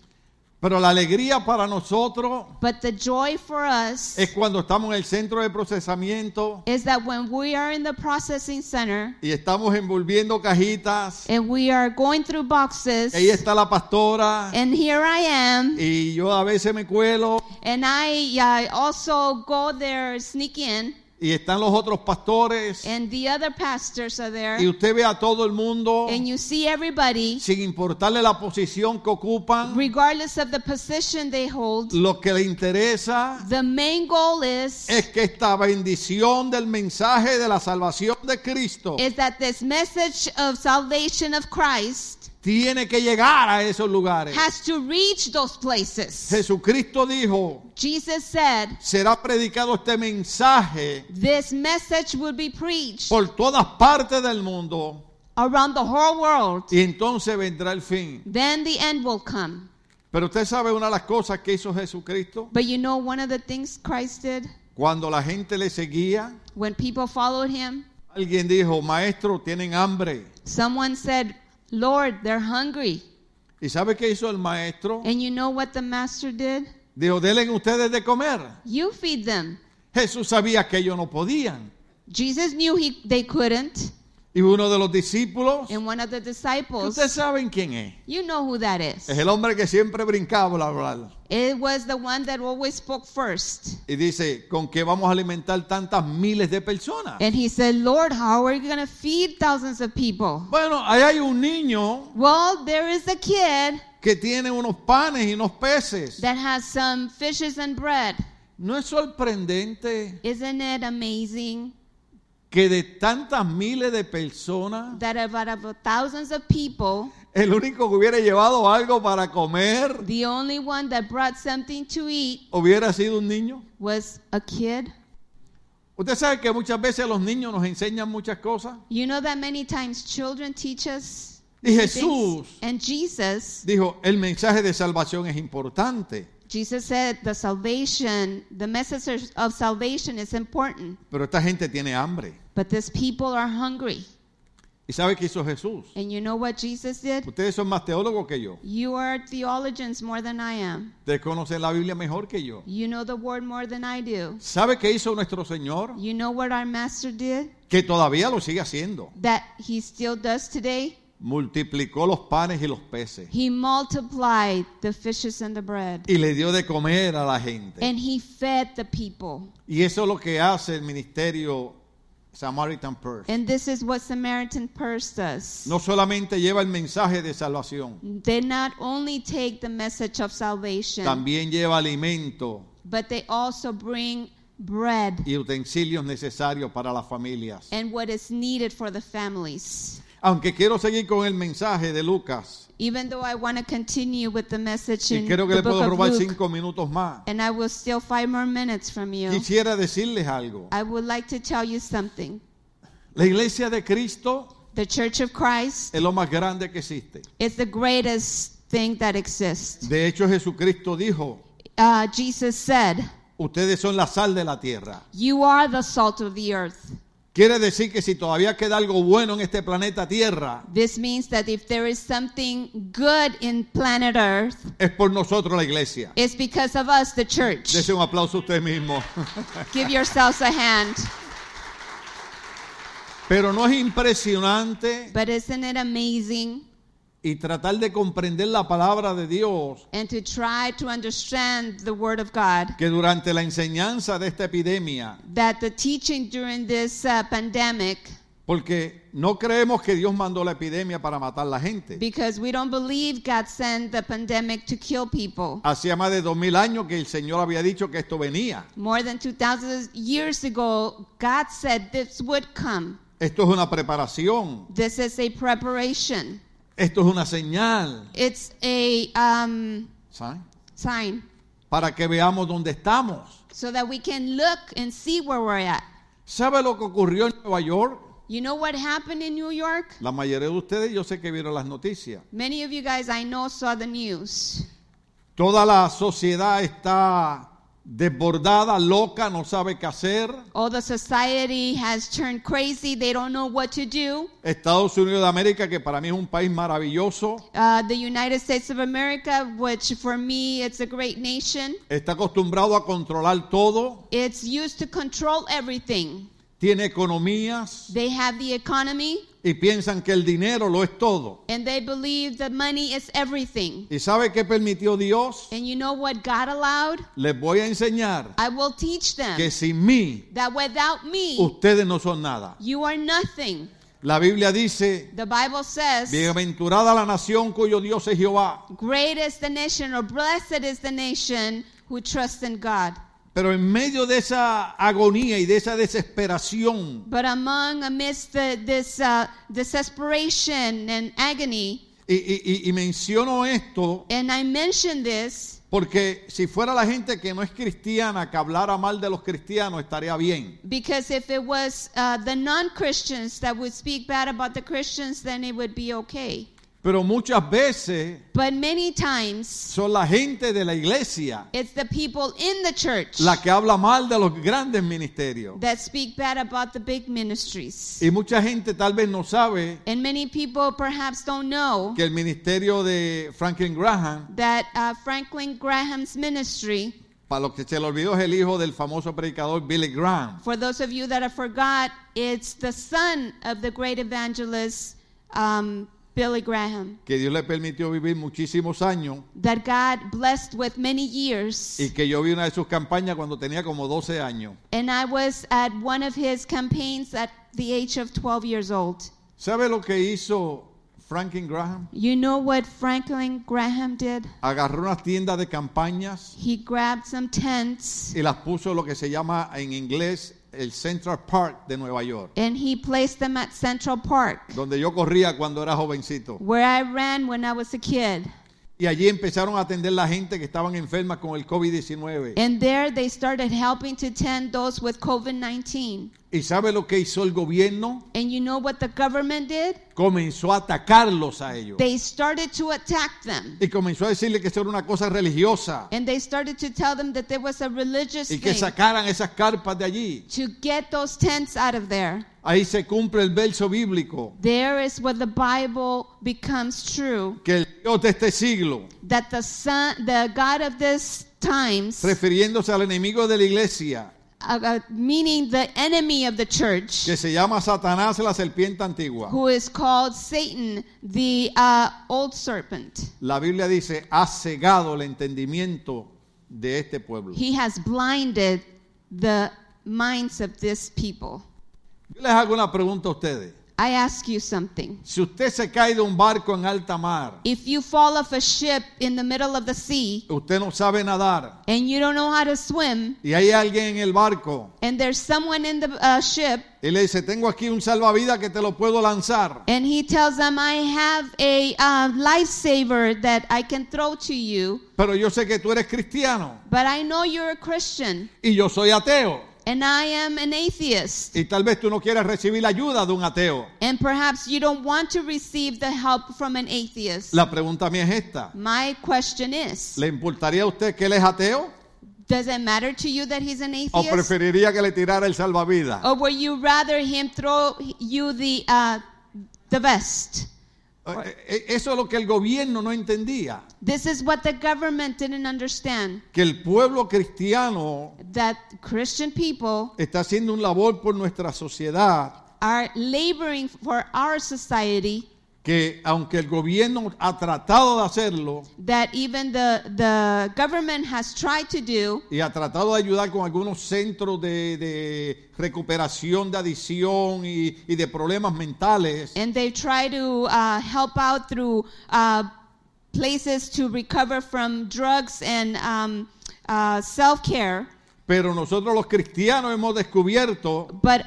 Speaker 1: Pero la alegría para nosotros
Speaker 2: But the joy for us
Speaker 1: es cuando estamos en el centro de procesamiento
Speaker 2: is that when we are in the processing center
Speaker 1: y estamos envolviendo cajitas,
Speaker 2: and we are going through boxes,
Speaker 1: ahí está la pastora
Speaker 2: and here I am.
Speaker 1: y yo a veces me cuelo
Speaker 2: And I uh, also go there, sneak in,
Speaker 1: y están los otros pastores
Speaker 2: and the other pastors are there.
Speaker 1: y usted ve a todo el mundo
Speaker 2: and you see everybody,
Speaker 1: sin importarle la posición que ocupan,
Speaker 2: regardless of the position they hold,
Speaker 1: lo que le interesa
Speaker 2: the main goal is,
Speaker 1: es que esta bendición del mensaje de la salvación de Cristo
Speaker 2: is that this message of salvation of Christ
Speaker 1: tiene que llegar a esos lugares.
Speaker 2: has to reach those places.
Speaker 1: Jesucristo dijo,
Speaker 2: Jesus said,
Speaker 1: será predicado este mensaje
Speaker 2: this message will be preached
Speaker 1: por todas partes del mundo
Speaker 2: around the whole world.
Speaker 1: y entonces vendrá el fin.
Speaker 2: Then the end will come.
Speaker 1: Pero usted sabe una de las cosas que hizo Jesucristo
Speaker 2: But you know, one of the things Christ did
Speaker 1: cuando la gente le seguía.
Speaker 2: when people followed him,
Speaker 1: Alguien dijo, maestro, tienen hambre.
Speaker 2: Someone said, Lord, they're hungry.
Speaker 1: ¿Y sabe qué hizo el maestro?
Speaker 2: And you know what the master did?
Speaker 1: Dijo, denle ustedes de comer.
Speaker 2: You feed them.
Speaker 1: Jesús sabía que ellos no podían.
Speaker 2: Jesus knew he, they couldn't.
Speaker 1: Y uno de los discípulos, que
Speaker 2: And one of the disciples,
Speaker 1: ustedes saben quién es.
Speaker 2: you know who that is.
Speaker 1: Es el hombre que siempre brincaba al hablar.
Speaker 2: It was the one that always spoke first.
Speaker 1: Y dice, ¿con qué vamos a alimentar tantas miles de personas?
Speaker 2: And he said, Lord, how are you going to feed thousands of people?
Speaker 1: Bueno, ahí hay un niño
Speaker 2: Well, there is a kid
Speaker 1: que tiene unos panes y unos peces.
Speaker 2: that has some fishes and bread.
Speaker 1: ¿No es sorprendente
Speaker 2: Isn't it amazing
Speaker 1: que de tantas miles de personas,
Speaker 2: that out of thousands of people,
Speaker 1: el único que hubiera llevado algo para comer
Speaker 2: the only one that brought something to eat
Speaker 1: hubiera sido un niño?
Speaker 2: was a kid.
Speaker 1: Usted sabe que muchas veces los niños nos enseñan muchas cosas.
Speaker 2: You know that many times children teach us.
Speaker 1: Y
Speaker 2: things.
Speaker 1: Jesús.
Speaker 2: And Jesus,
Speaker 1: Dijo, el mensaje de salvación es importante,
Speaker 2: Jesus said the salvation, the message of salvation is important,
Speaker 1: pero esta gente tiene hambre.
Speaker 2: but these people are hungry.
Speaker 1: ¿Y sabe qué hizo Jesús?
Speaker 2: And you know what Jesus did?
Speaker 1: Ustedes son más teólogos que yo.
Speaker 2: You are theologians more than I am.
Speaker 1: Ustedes conocen la Biblia mejor que yo.
Speaker 2: You know the word more than I do.
Speaker 1: ¿Sabe qué hizo nuestro Señor?
Speaker 2: You know what our master did
Speaker 1: Que todavía lo sigue haciendo.
Speaker 2: that he still does today?
Speaker 1: Multiplicó los panes y los peces.
Speaker 2: He multiplied the fishes and the bread,
Speaker 1: Y le dio de comer a la gente.
Speaker 2: and he fed the people.
Speaker 1: Y eso es lo que hace el ministerio Samaritan Purse.
Speaker 2: And this is what Samaritan Purse does.
Speaker 1: No solamente lleva el mensaje de salvación,
Speaker 2: They not only take the message of salvation,
Speaker 1: también lleva alimento
Speaker 2: but they also bring bread
Speaker 1: y utensilios necesarios para las familias.
Speaker 2: and what is needed for the families.
Speaker 1: Aunque quiero seguir con el mensaje de Lucas,
Speaker 2: Even though I want to continue with the message
Speaker 1: y
Speaker 2: in
Speaker 1: creo que le
Speaker 2: the book
Speaker 1: puedo
Speaker 2: of
Speaker 1: robar
Speaker 2: Luke,
Speaker 1: cinco minutos más,
Speaker 2: and I will steal five more minutes from you,
Speaker 1: quisiera decirles algo.
Speaker 2: I would like to tell you something.
Speaker 1: La iglesia de Cristo
Speaker 2: The Church of Christ
Speaker 1: es lo más grande que existe.
Speaker 2: is the greatest thing that exists.
Speaker 1: De hecho, Jesucristo dijo,
Speaker 2: Uh, Jesus said,
Speaker 1: ustedes son la sal de la tierra.
Speaker 2: You are the salt of the earth.
Speaker 1: Quiere decir que si todavía queda algo bueno en este planeta Tierra,
Speaker 2: This means that if there is something good in planet Earth,
Speaker 1: es por nosotros la iglesia.
Speaker 2: it's because of us, the church.
Speaker 1: Dese un aplauso a usted mismo. *laughs*
Speaker 2: Give yourselves a hand.
Speaker 1: Pero no es impresionante
Speaker 2: But isn't it amazing?
Speaker 1: y tratar de comprender la palabra de Dios
Speaker 2: And to try to understand the Word of God,
Speaker 1: que durante la enseñanza de esta epidemia,
Speaker 2: that the teaching during this uh, pandemic,
Speaker 1: porque no creemos que Dios mandó la epidemia para matar a la gente.
Speaker 2: because we don't believe God sent the pandemic to kill people.
Speaker 1: Hacía más de dos mil años que el Señor había dicho que esto venía.
Speaker 2: More than 2,000 years ago, God said this would come.
Speaker 1: Esto es una preparación.
Speaker 2: This is a preparation.
Speaker 1: Esto es una señal.
Speaker 2: It's a um,
Speaker 1: ¿saben?
Speaker 2: sign
Speaker 1: Para que veamos dónde estamos.
Speaker 2: so that we can look and see where we're at.
Speaker 1: ¿Sabe lo que ocurrió en Nueva York?
Speaker 2: You know what happened in New York?
Speaker 1: La mayoría de ustedes yo sé que vieron las noticias.
Speaker 2: Many of you guys I know saw the news.
Speaker 1: Toda la sociedad está desbordada, loca, no sabe qué hacer.
Speaker 2: All the society has turned crazy. They don't know what to do.
Speaker 1: Estados Unidos de América, que para mí es un país maravilloso,
Speaker 2: Uh, the United States of America, which for me it's a great nation,
Speaker 1: está acostumbrado a controlar todo,
Speaker 2: it's used to control everything.
Speaker 1: tiene economías
Speaker 2: They have the economy
Speaker 1: y piensan que el dinero lo es todo.
Speaker 2: and they believe that money is everything.
Speaker 1: ¿Y sabe qué permitió Dios?
Speaker 2: And you know what God allowed?
Speaker 1: Les voy a enseñar
Speaker 2: I will teach them
Speaker 1: que sin mí
Speaker 2: that without me,
Speaker 1: ustedes no son nada.
Speaker 2: you are nothing.
Speaker 1: La Biblia dice,
Speaker 2: The Bible says,
Speaker 1: bienaventurada la nación cuyo Dios es Jehová.
Speaker 2: Great is the nation, or blessed is the nation who trusts in God.
Speaker 1: Pero en medio de esa agonía y de esa desesperación
Speaker 2: But among, amidst the, this uh, desperation and agony,
Speaker 1: Y, y- y- y menciono esto
Speaker 2: and I mention this
Speaker 1: porque si fuera la gente que no es cristiana que hablara mal de los cristianos estaría bien.
Speaker 2: because if it was uh, the non Christians that would speak bad about the Christians, then it would be okay.
Speaker 1: Pero muchas veces
Speaker 2: But many times,
Speaker 1: son la gente de la iglesia
Speaker 2: it's the people in the church
Speaker 1: la que habla mal de los grandes ministerios.
Speaker 2: that speak bad about the big ministries.
Speaker 1: Y mucha gente tal vez no sabe
Speaker 2: And many people perhaps don't know
Speaker 1: que el ministerio de Franklin Graham,
Speaker 2: that uh, Franklin Graham's ministry,
Speaker 1: para los que se le olvidó, es el hijo del famoso predicador Billy Graham.
Speaker 2: for those of you that have forgot, it's the son of the great evangelist um, Billy Graham
Speaker 1: que Dios le permitió vivir muchísimos años
Speaker 2: that God blessed with many
Speaker 1: y
Speaker 2: years.
Speaker 1: que yo vi una de sus campañas cuando tenía como 12 años.
Speaker 2: And I was at one of his campaigns at the age of 12 years old.
Speaker 1: ¿Sabe lo que hizo Franklin Graham?
Speaker 2: You know what Franklin Graham did?
Speaker 1: Agarró unas tiendas de campañas
Speaker 2: He grabbed some tents
Speaker 1: y las puso en lo que se llama en inglés el Central Park de Nueva York,
Speaker 2: and he placed them at Central Park,
Speaker 1: donde yo corría cuando era jovencito.
Speaker 2: where I ran when I was a kid.
Speaker 1: Y allí empezaron a atender la gente que estaban enfermas con el COVID-19.
Speaker 2: And there they started helping to tend those with COVID 19.
Speaker 1: ¿Y sabe lo que hizo el gobierno?
Speaker 2: And you know what the government did?
Speaker 1: Comenzó a atacarlos a ellos.
Speaker 2: They started to attack them.
Speaker 1: Y comenzó a decirle que eso era una cosa religiosa
Speaker 2: And they started to tell them that there was a religious
Speaker 1: y que
Speaker 2: thing
Speaker 1: sacaran esas carpas de allí.
Speaker 2: to get those tents out of there.
Speaker 1: Ahí se cumple el verso bíblico
Speaker 2: There is where the Bible becomes true
Speaker 1: que el Dios de este siglo
Speaker 2: that the son, the God of this times, uh,
Speaker 1: refiriéndose al enemigo de la iglesia,
Speaker 2: uh, meaning the enemy of the church,
Speaker 1: que se llama Satanás la serpiente antigua.
Speaker 2: who is called Satan, the uh, old serpent.
Speaker 1: La Biblia dice, ha cegado el entendimiento de este pueblo.
Speaker 2: He has blinded the minds of this people.
Speaker 1: Yo les hago una pregunta a ustedes.
Speaker 2: I ask you something.
Speaker 1: Si usted se cae de un barco en alta mar,
Speaker 2: If you fall off a ship in the middle of the sea
Speaker 1: usted no sabe nadar
Speaker 2: and you don't know how to swim,
Speaker 1: y hay alguien en el barco
Speaker 2: and there's someone in the uh, ship
Speaker 1: y le dice, tengo aquí un salvavidas que te lo puedo lanzar.
Speaker 2: and he tells them, I have a uh, lifesaver that I can throw to you,
Speaker 1: Pero yo sé que tú eres cristiano
Speaker 2: but I know you're a Christian
Speaker 1: y yo soy ateo.
Speaker 2: and I am an atheist.
Speaker 1: Y tal vez tú no quieras recibir la ayuda de un ateo.
Speaker 2: And perhaps you don't want to receive the help from an atheist.
Speaker 1: La pregunta mía es esta.
Speaker 2: My question is
Speaker 1: ¿Le importaría a usted que él es ateo?
Speaker 2: Does it matter to you that he's an
Speaker 1: ¿O
Speaker 2: atheist?
Speaker 1: preferiría que le tirara el salvavidas?
Speaker 2: Or would you rather him throw you the, uh, the vest?
Speaker 1: Eh, eh, Eso es lo que el gobierno no entendía.
Speaker 2: This is what the government didn't understand
Speaker 1: Que el pueblo cristiano
Speaker 2: that Christian people
Speaker 1: está haciendo un labor por nuestra sociedad
Speaker 2: are laboring for our society
Speaker 1: que aunque el gobierno ha tratado de hacerlo
Speaker 2: that even the, the government has tried to do
Speaker 1: y ha tratado de ayudar con algunos centros de, de recuperación de adicción y, y de problemas mentales,
Speaker 2: and they try to uh, help out through uh, places to recover from drugs and um, uh, self-care
Speaker 1: pero nosotros los cristianos hemos descubierto
Speaker 2: but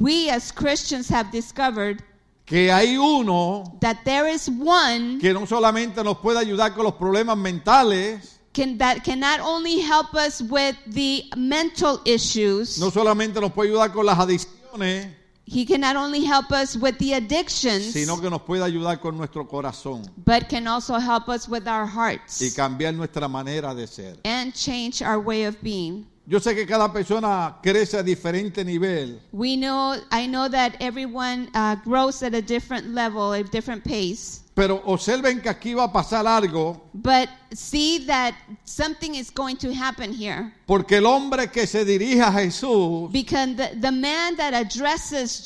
Speaker 2: we as christians have discovered
Speaker 1: que hay uno
Speaker 2: that there is one
Speaker 1: que no solamente nos puede ayudar con los problemas mentales,
Speaker 2: can, that can not only help us with the mental issues
Speaker 1: no solamente nos puede ayudar con las adicciones,
Speaker 2: He can not only help us with the addictions,
Speaker 1: sino que nos puede ayudar con nuestro corazón
Speaker 2: but can also help us with our
Speaker 1: y
Speaker 2: hearts
Speaker 1: cambiar nuestra manera de ser.
Speaker 2: and change our way of being.
Speaker 1: Yo sé que cada persona crece a diferente nivel,
Speaker 2: We know, I know that everyone uh, grows at a different level, a different pace.
Speaker 1: pero observen que aquí va a pasar algo,
Speaker 2: But see that something is going to happen here.
Speaker 1: porque el hombre que se dirige a Jesús
Speaker 2: Because the, the man that addresses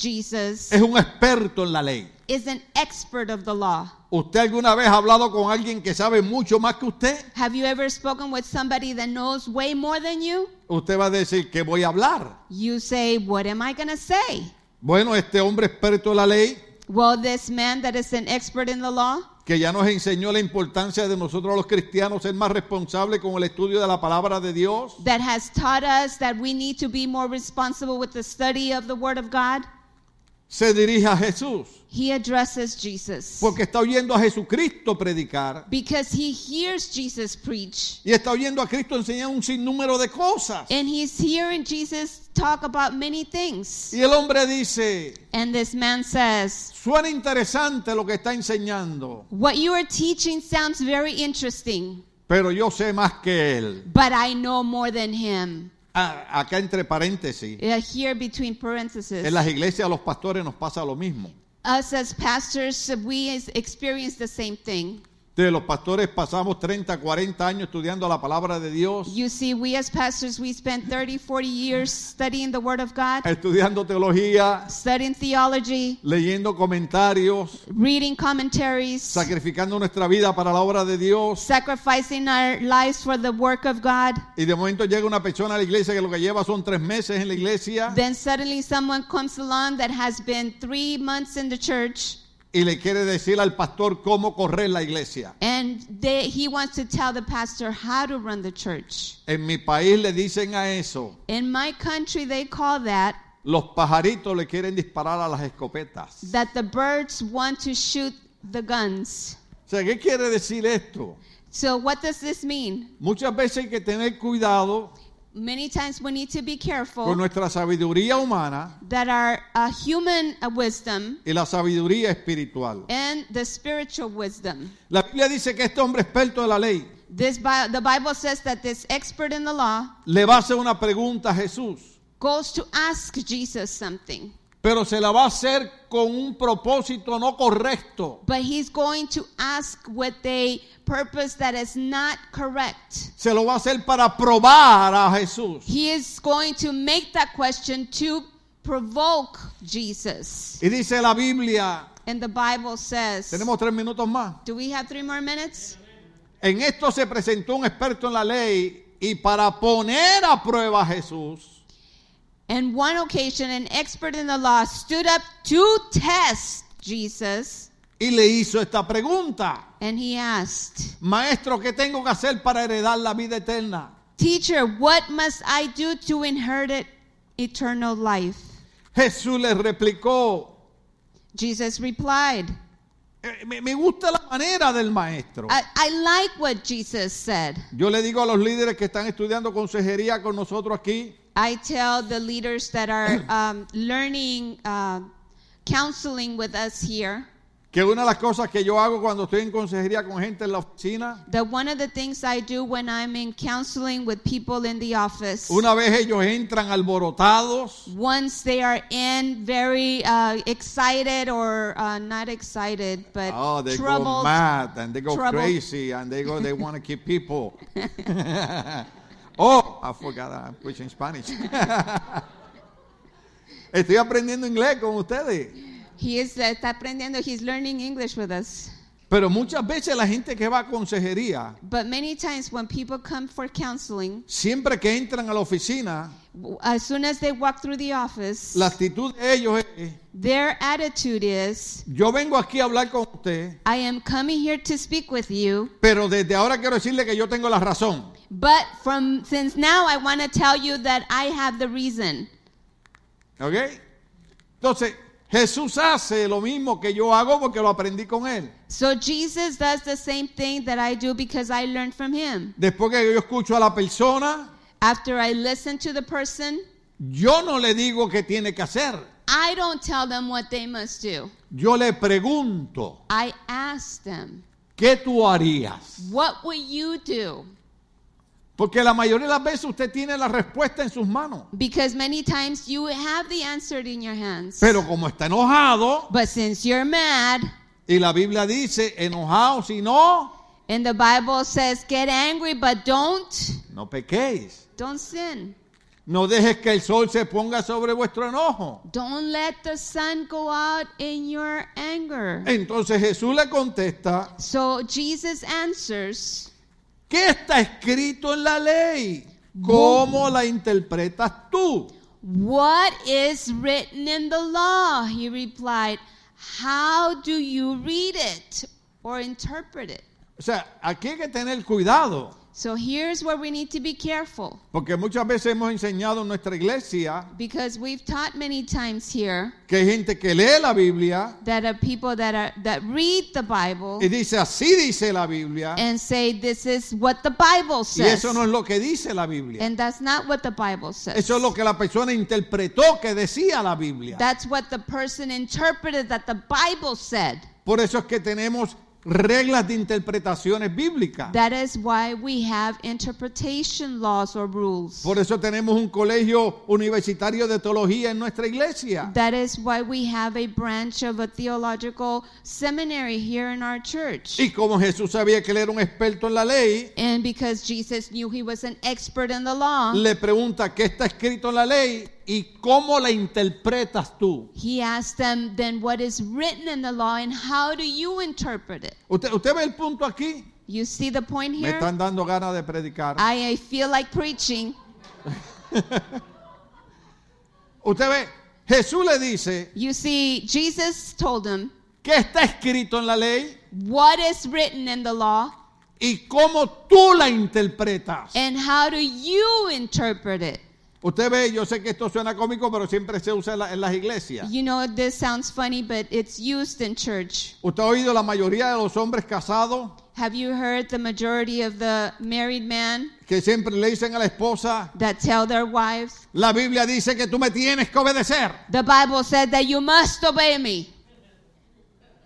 Speaker 1: *laughs*
Speaker 2: Jesus
Speaker 1: es un experto en la ley.
Speaker 2: is an expert of the law.
Speaker 1: ¿Usted alguna vez ha hablado con alguien que sabe mucho más que usted?
Speaker 2: Have you ever spoken with somebody that knows way more than you?
Speaker 1: Usted va a decir que voy a hablar.
Speaker 2: You say, What am I going to say?
Speaker 1: Bueno, este hombre experto en la ley
Speaker 2: Well, this man that is an expert in the law,
Speaker 1: que ya nos enseñó la importancia de nosotros los cristianos ser más responsables con el estudio de la palabra de Dios,
Speaker 2: that has taught us that we need to be more responsible with the study of the Word of God,
Speaker 1: se dirige a Jesús,
Speaker 2: he addresses Jesus.
Speaker 1: porque está oyendo a Jesucristo predicar
Speaker 2: Because he hears Jesus preach,
Speaker 1: y está oyendo a Cristo enseñar un sinnúmero de cosas.
Speaker 2: and he's hearing Jesus talk about many things.
Speaker 1: Y el hombre dice,
Speaker 2: And this man says,
Speaker 1: suena interesante lo que está enseñando,
Speaker 2: What you are teaching sounds very interesting,
Speaker 1: pero yo sé más que él.
Speaker 2: but I know more than him.
Speaker 1: A- acá entre paréntesis,
Speaker 2: Uh, here between
Speaker 1: en
Speaker 2: parentheses,
Speaker 1: las iglesias a los pastores nos pasa lo mismo.
Speaker 2: us as pastors, we is- experience the same thing.
Speaker 1: De los pastores pasamos 30, 40 años estudiando la palabra de Dios,
Speaker 2: You see, we as pastors, we spent 30, 40 years studying the Word of God,
Speaker 1: estudiando teología,
Speaker 2: studying theology,
Speaker 1: leyendo comentarios,
Speaker 2: reading commentaries,
Speaker 1: sacrificando nuestra vida para la obra de Dios.
Speaker 2: sacrificing our lives for the work of God.
Speaker 1: Y de momento llega una persona a la iglesia que lo que lleva son tres meses en la iglesia
Speaker 2: Then suddenly someone comes along that has been three months in the church
Speaker 1: y le quiere decir al pastor cómo correr la iglesia.
Speaker 2: and they, he wants to tell the pastor how to run the church.
Speaker 1: En mi país le dicen a eso,
Speaker 2: In my country, they call that
Speaker 1: los pajaritos le quieren disparar a las escopetas.
Speaker 2: that the birds want to shoot the guns.
Speaker 1: O sea, ¿qué quiere decir esto?
Speaker 2: So, what does this mean?
Speaker 1: Muchas veces hay que tener cuidado
Speaker 2: Many times we need to be careful.
Speaker 1: con nuestra sabiduría humana
Speaker 2: that are uh, human uh, wisdom
Speaker 1: y la sabiduría espiritual.
Speaker 2: and the spiritual wisdom.
Speaker 1: La Biblia dice que este hombre experto de la ley
Speaker 2: This Bi- the Bible says that this expert in the law
Speaker 1: le va a hacer una pregunta a Jesús.
Speaker 2: goes to ask Jesus something,
Speaker 1: pero se la va a hacer con un propósito no correcto.
Speaker 2: but he's going to ask with a purpose that is not correct.
Speaker 1: Se lo va a hacer para probar a Jesús.
Speaker 2: He is going to make that question to provoke Jesus.
Speaker 1: Y dice la Biblia,
Speaker 2: And the Bible says,
Speaker 1: tenemos tres minutos más.
Speaker 2: do we have three more minutes?
Speaker 1: En esto se presentó un experto en la ley y para poner a prueba a Jesús,
Speaker 2: And one occasion, an expert in the law stood up to test Jesus,
Speaker 1: y le hizo esta pregunta.
Speaker 2: and he asked,
Speaker 1: Maestro, ¿qué tengo que hacer para heredar la vida eterna?
Speaker 2: Teacher, what must I do to inherit eternal life?
Speaker 1: Jesús le replicó.
Speaker 2: Jesus replied,
Speaker 1: eh, Me, me gusta la manera del maestro.
Speaker 2: I, I like what Jesus said.
Speaker 1: Yo le digo a los líderes que están estudiando consejería con nosotros aquí,
Speaker 2: I tell the leaders
Speaker 1: *clears throat*
Speaker 2: that are um, learning uh, counseling with us here
Speaker 1: que una de las cosas que yo hago cuando estoy en consejería con gente en la oficina,
Speaker 2: that one of the things I do when I'm in counseling with people in the office,
Speaker 1: una vez ellos entran alborotados,
Speaker 2: once they are in very uh, excited or uh, not excited, but
Speaker 1: oh, they go
Speaker 2: troubled,
Speaker 1: mad and they go
Speaker 2: troubled.
Speaker 1: crazy and they go they want to keep people. oh, I forgot I'm preaching Spanish. *laughs* Estoy aprendiendo inglés con ustedes.
Speaker 2: he is está aprendiendo. He's learning English with us.
Speaker 1: Pero muchas veces la gente que va a consejería,
Speaker 2: But many times when people come for counseling,
Speaker 1: siempre que entran a la oficina,
Speaker 2: w- as soon as they walk through the office,
Speaker 1: la actitud de ellos es
Speaker 2: their attitude is,
Speaker 1: Yo vengo aquí a hablar con usted,
Speaker 2: "I am coming here to speak with you."
Speaker 1: pero desde ahora quiero decirle que yo tengo la razón.
Speaker 2: But from since now, I want to tell you that I have the reason.
Speaker 1: ¿Ok? Entonces, Jesús hace lo mismo que yo hago porque lo aprendí con él.
Speaker 2: So Jesus does the same thing that I do because I learned from him.
Speaker 1: Después que yo escucho a la persona,
Speaker 2: After I listen to the person,
Speaker 1: yo no le digo qué tiene que hacer.
Speaker 2: I don't tell them what they must do.
Speaker 1: Yo le pregunto,
Speaker 2: I ask them,
Speaker 1: ¿qué tú harías?
Speaker 2: "What would you do?"
Speaker 1: Porque la mayoría de las veces usted tiene la respuesta en sus manos.
Speaker 2: Because many times you have the answer in your hands.
Speaker 1: Pero como está enojado,
Speaker 2: But since you're mad,
Speaker 1: y la Biblia dice, enojado si no,
Speaker 2: and the Bible says get angry but don't
Speaker 1: no pequéis.
Speaker 2: don't sin.
Speaker 1: No dejes que el sol se ponga sobre vuestro enojo.
Speaker 2: Don't let the sun go out in your anger.
Speaker 1: Entonces Jesús le contesta,
Speaker 2: So Jesus answers,
Speaker 1: ¿qué está escrito en la ley? ¿Cómo la interpretas tú?
Speaker 2: "What is written in the law?" He replied, "How do you read it or interpret it?"
Speaker 1: O sea, aquí hay que tener cuidado,
Speaker 2: So here's where we need to be careful
Speaker 1: porque muchas veces hemos enseñado en nuestra iglesia
Speaker 2: because we've taught many times here
Speaker 1: que hay gente que lee la Biblia
Speaker 2: that are people that are that read the Bible
Speaker 1: y dice, así dice la Biblia,
Speaker 2: and say this is what the Bible
Speaker 1: y
Speaker 2: says.
Speaker 1: eso no es lo que dice la Biblia.
Speaker 2: And that's not what the Bible says.
Speaker 1: Eso es lo que la persona interpretó que decía la Biblia.
Speaker 2: That's what the person interpreted that the Bible said.
Speaker 1: Por eso es que tenemos reglas de interpretaciones bíblicas.
Speaker 2: That is why we have interpretation laws or rules.
Speaker 1: Por eso tenemos un colegio universitario de teología en nuestra iglesia.
Speaker 2: That is why we have a branch of a theological seminary here in our church.
Speaker 1: Y como Jesús sabía que él era un experto en la ley,
Speaker 2: And because Jesus knew he was an expert in the law,
Speaker 1: le pregunta qué está escrito en la ley y cómo la interpretas tú.
Speaker 2: he asked them, then what is written in the law and how do you interpret it?
Speaker 1: ¿Usted, usted ve el punto aquí?
Speaker 2: You see the point
Speaker 1: Me
Speaker 2: here?
Speaker 1: están dando ganas de predicar.
Speaker 2: I, I feel like preaching.
Speaker 1: Usted ve, Jesús le dice,
Speaker 2: You see, Jesus told him,
Speaker 1: ¿qué está escrito en la ley
Speaker 2: What is written in the law
Speaker 1: y cómo tú la interpretas?
Speaker 2: and how do you interpret it?
Speaker 1: Usted ve, yo sé que esto suena cómico, pero siempre se usa en, la- en las iglesias.
Speaker 2: You know, this sounds funny, but it's used in church.
Speaker 1: Usted ha oído la mayoría de los hombres casados
Speaker 2: Have you heard the majority of the married men
Speaker 1: que siempre le dicen a la esposa,
Speaker 2: that tell their wives,
Speaker 1: la Biblia dice que tú me tienes que obedecer.
Speaker 2: The Bible said that you must obey me?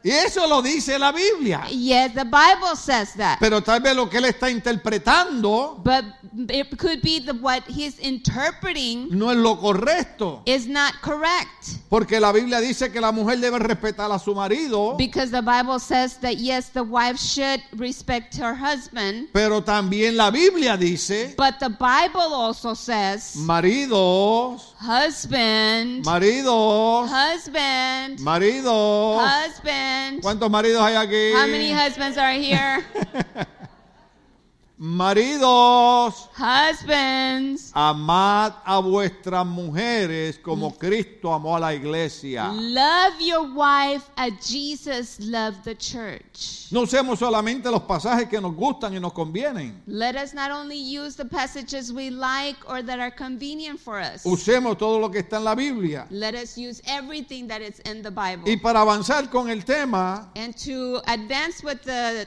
Speaker 1: Y eso lo dice la Biblia.
Speaker 2: Yes, the Bible says that.
Speaker 1: Pero tal vez lo que él está interpretando
Speaker 2: But it could be that what he's interpreting
Speaker 1: no es lo correcto.
Speaker 2: is not correct.
Speaker 1: Porque la Biblia dice que la mujer debe respetar a su marido,
Speaker 2: Because the Bible says that yes, the wife should respect her husband,
Speaker 1: pero también la Biblia dice,
Speaker 2: but the Bible also
Speaker 1: Mm.
Speaker 2: says,
Speaker 1: maridos,
Speaker 2: husband,
Speaker 1: maridos,
Speaker 2: husband,
Speaker 1: maridos.
Speaker 2: husband.
Speaker 1: ¿Cuántos maridos hay
Speaker 2: How
Speaker 1: aquí?
Speaker 2: many husbands are here?
Speaker 1: Maridos,
Speaker 2: Husbands,
Speaker 1: amad a vuestras mujeres como Cristo amó a la iglesia.
Speaker 2: love your wife as Jesus loved the church.
Speaker 1: No usemos solamente los pasajes que nos gustan y nos convienen.
Speaker 2: Let us not only use the passages we like or that are convenient for us.
Speaker 1: Usemos todo lo que está en la Biblia.
Speaker 2: Let us use everything that is in the Bible.
Speaker 1: Y para avanzar con el tema,
Speaker 2: And to advance with the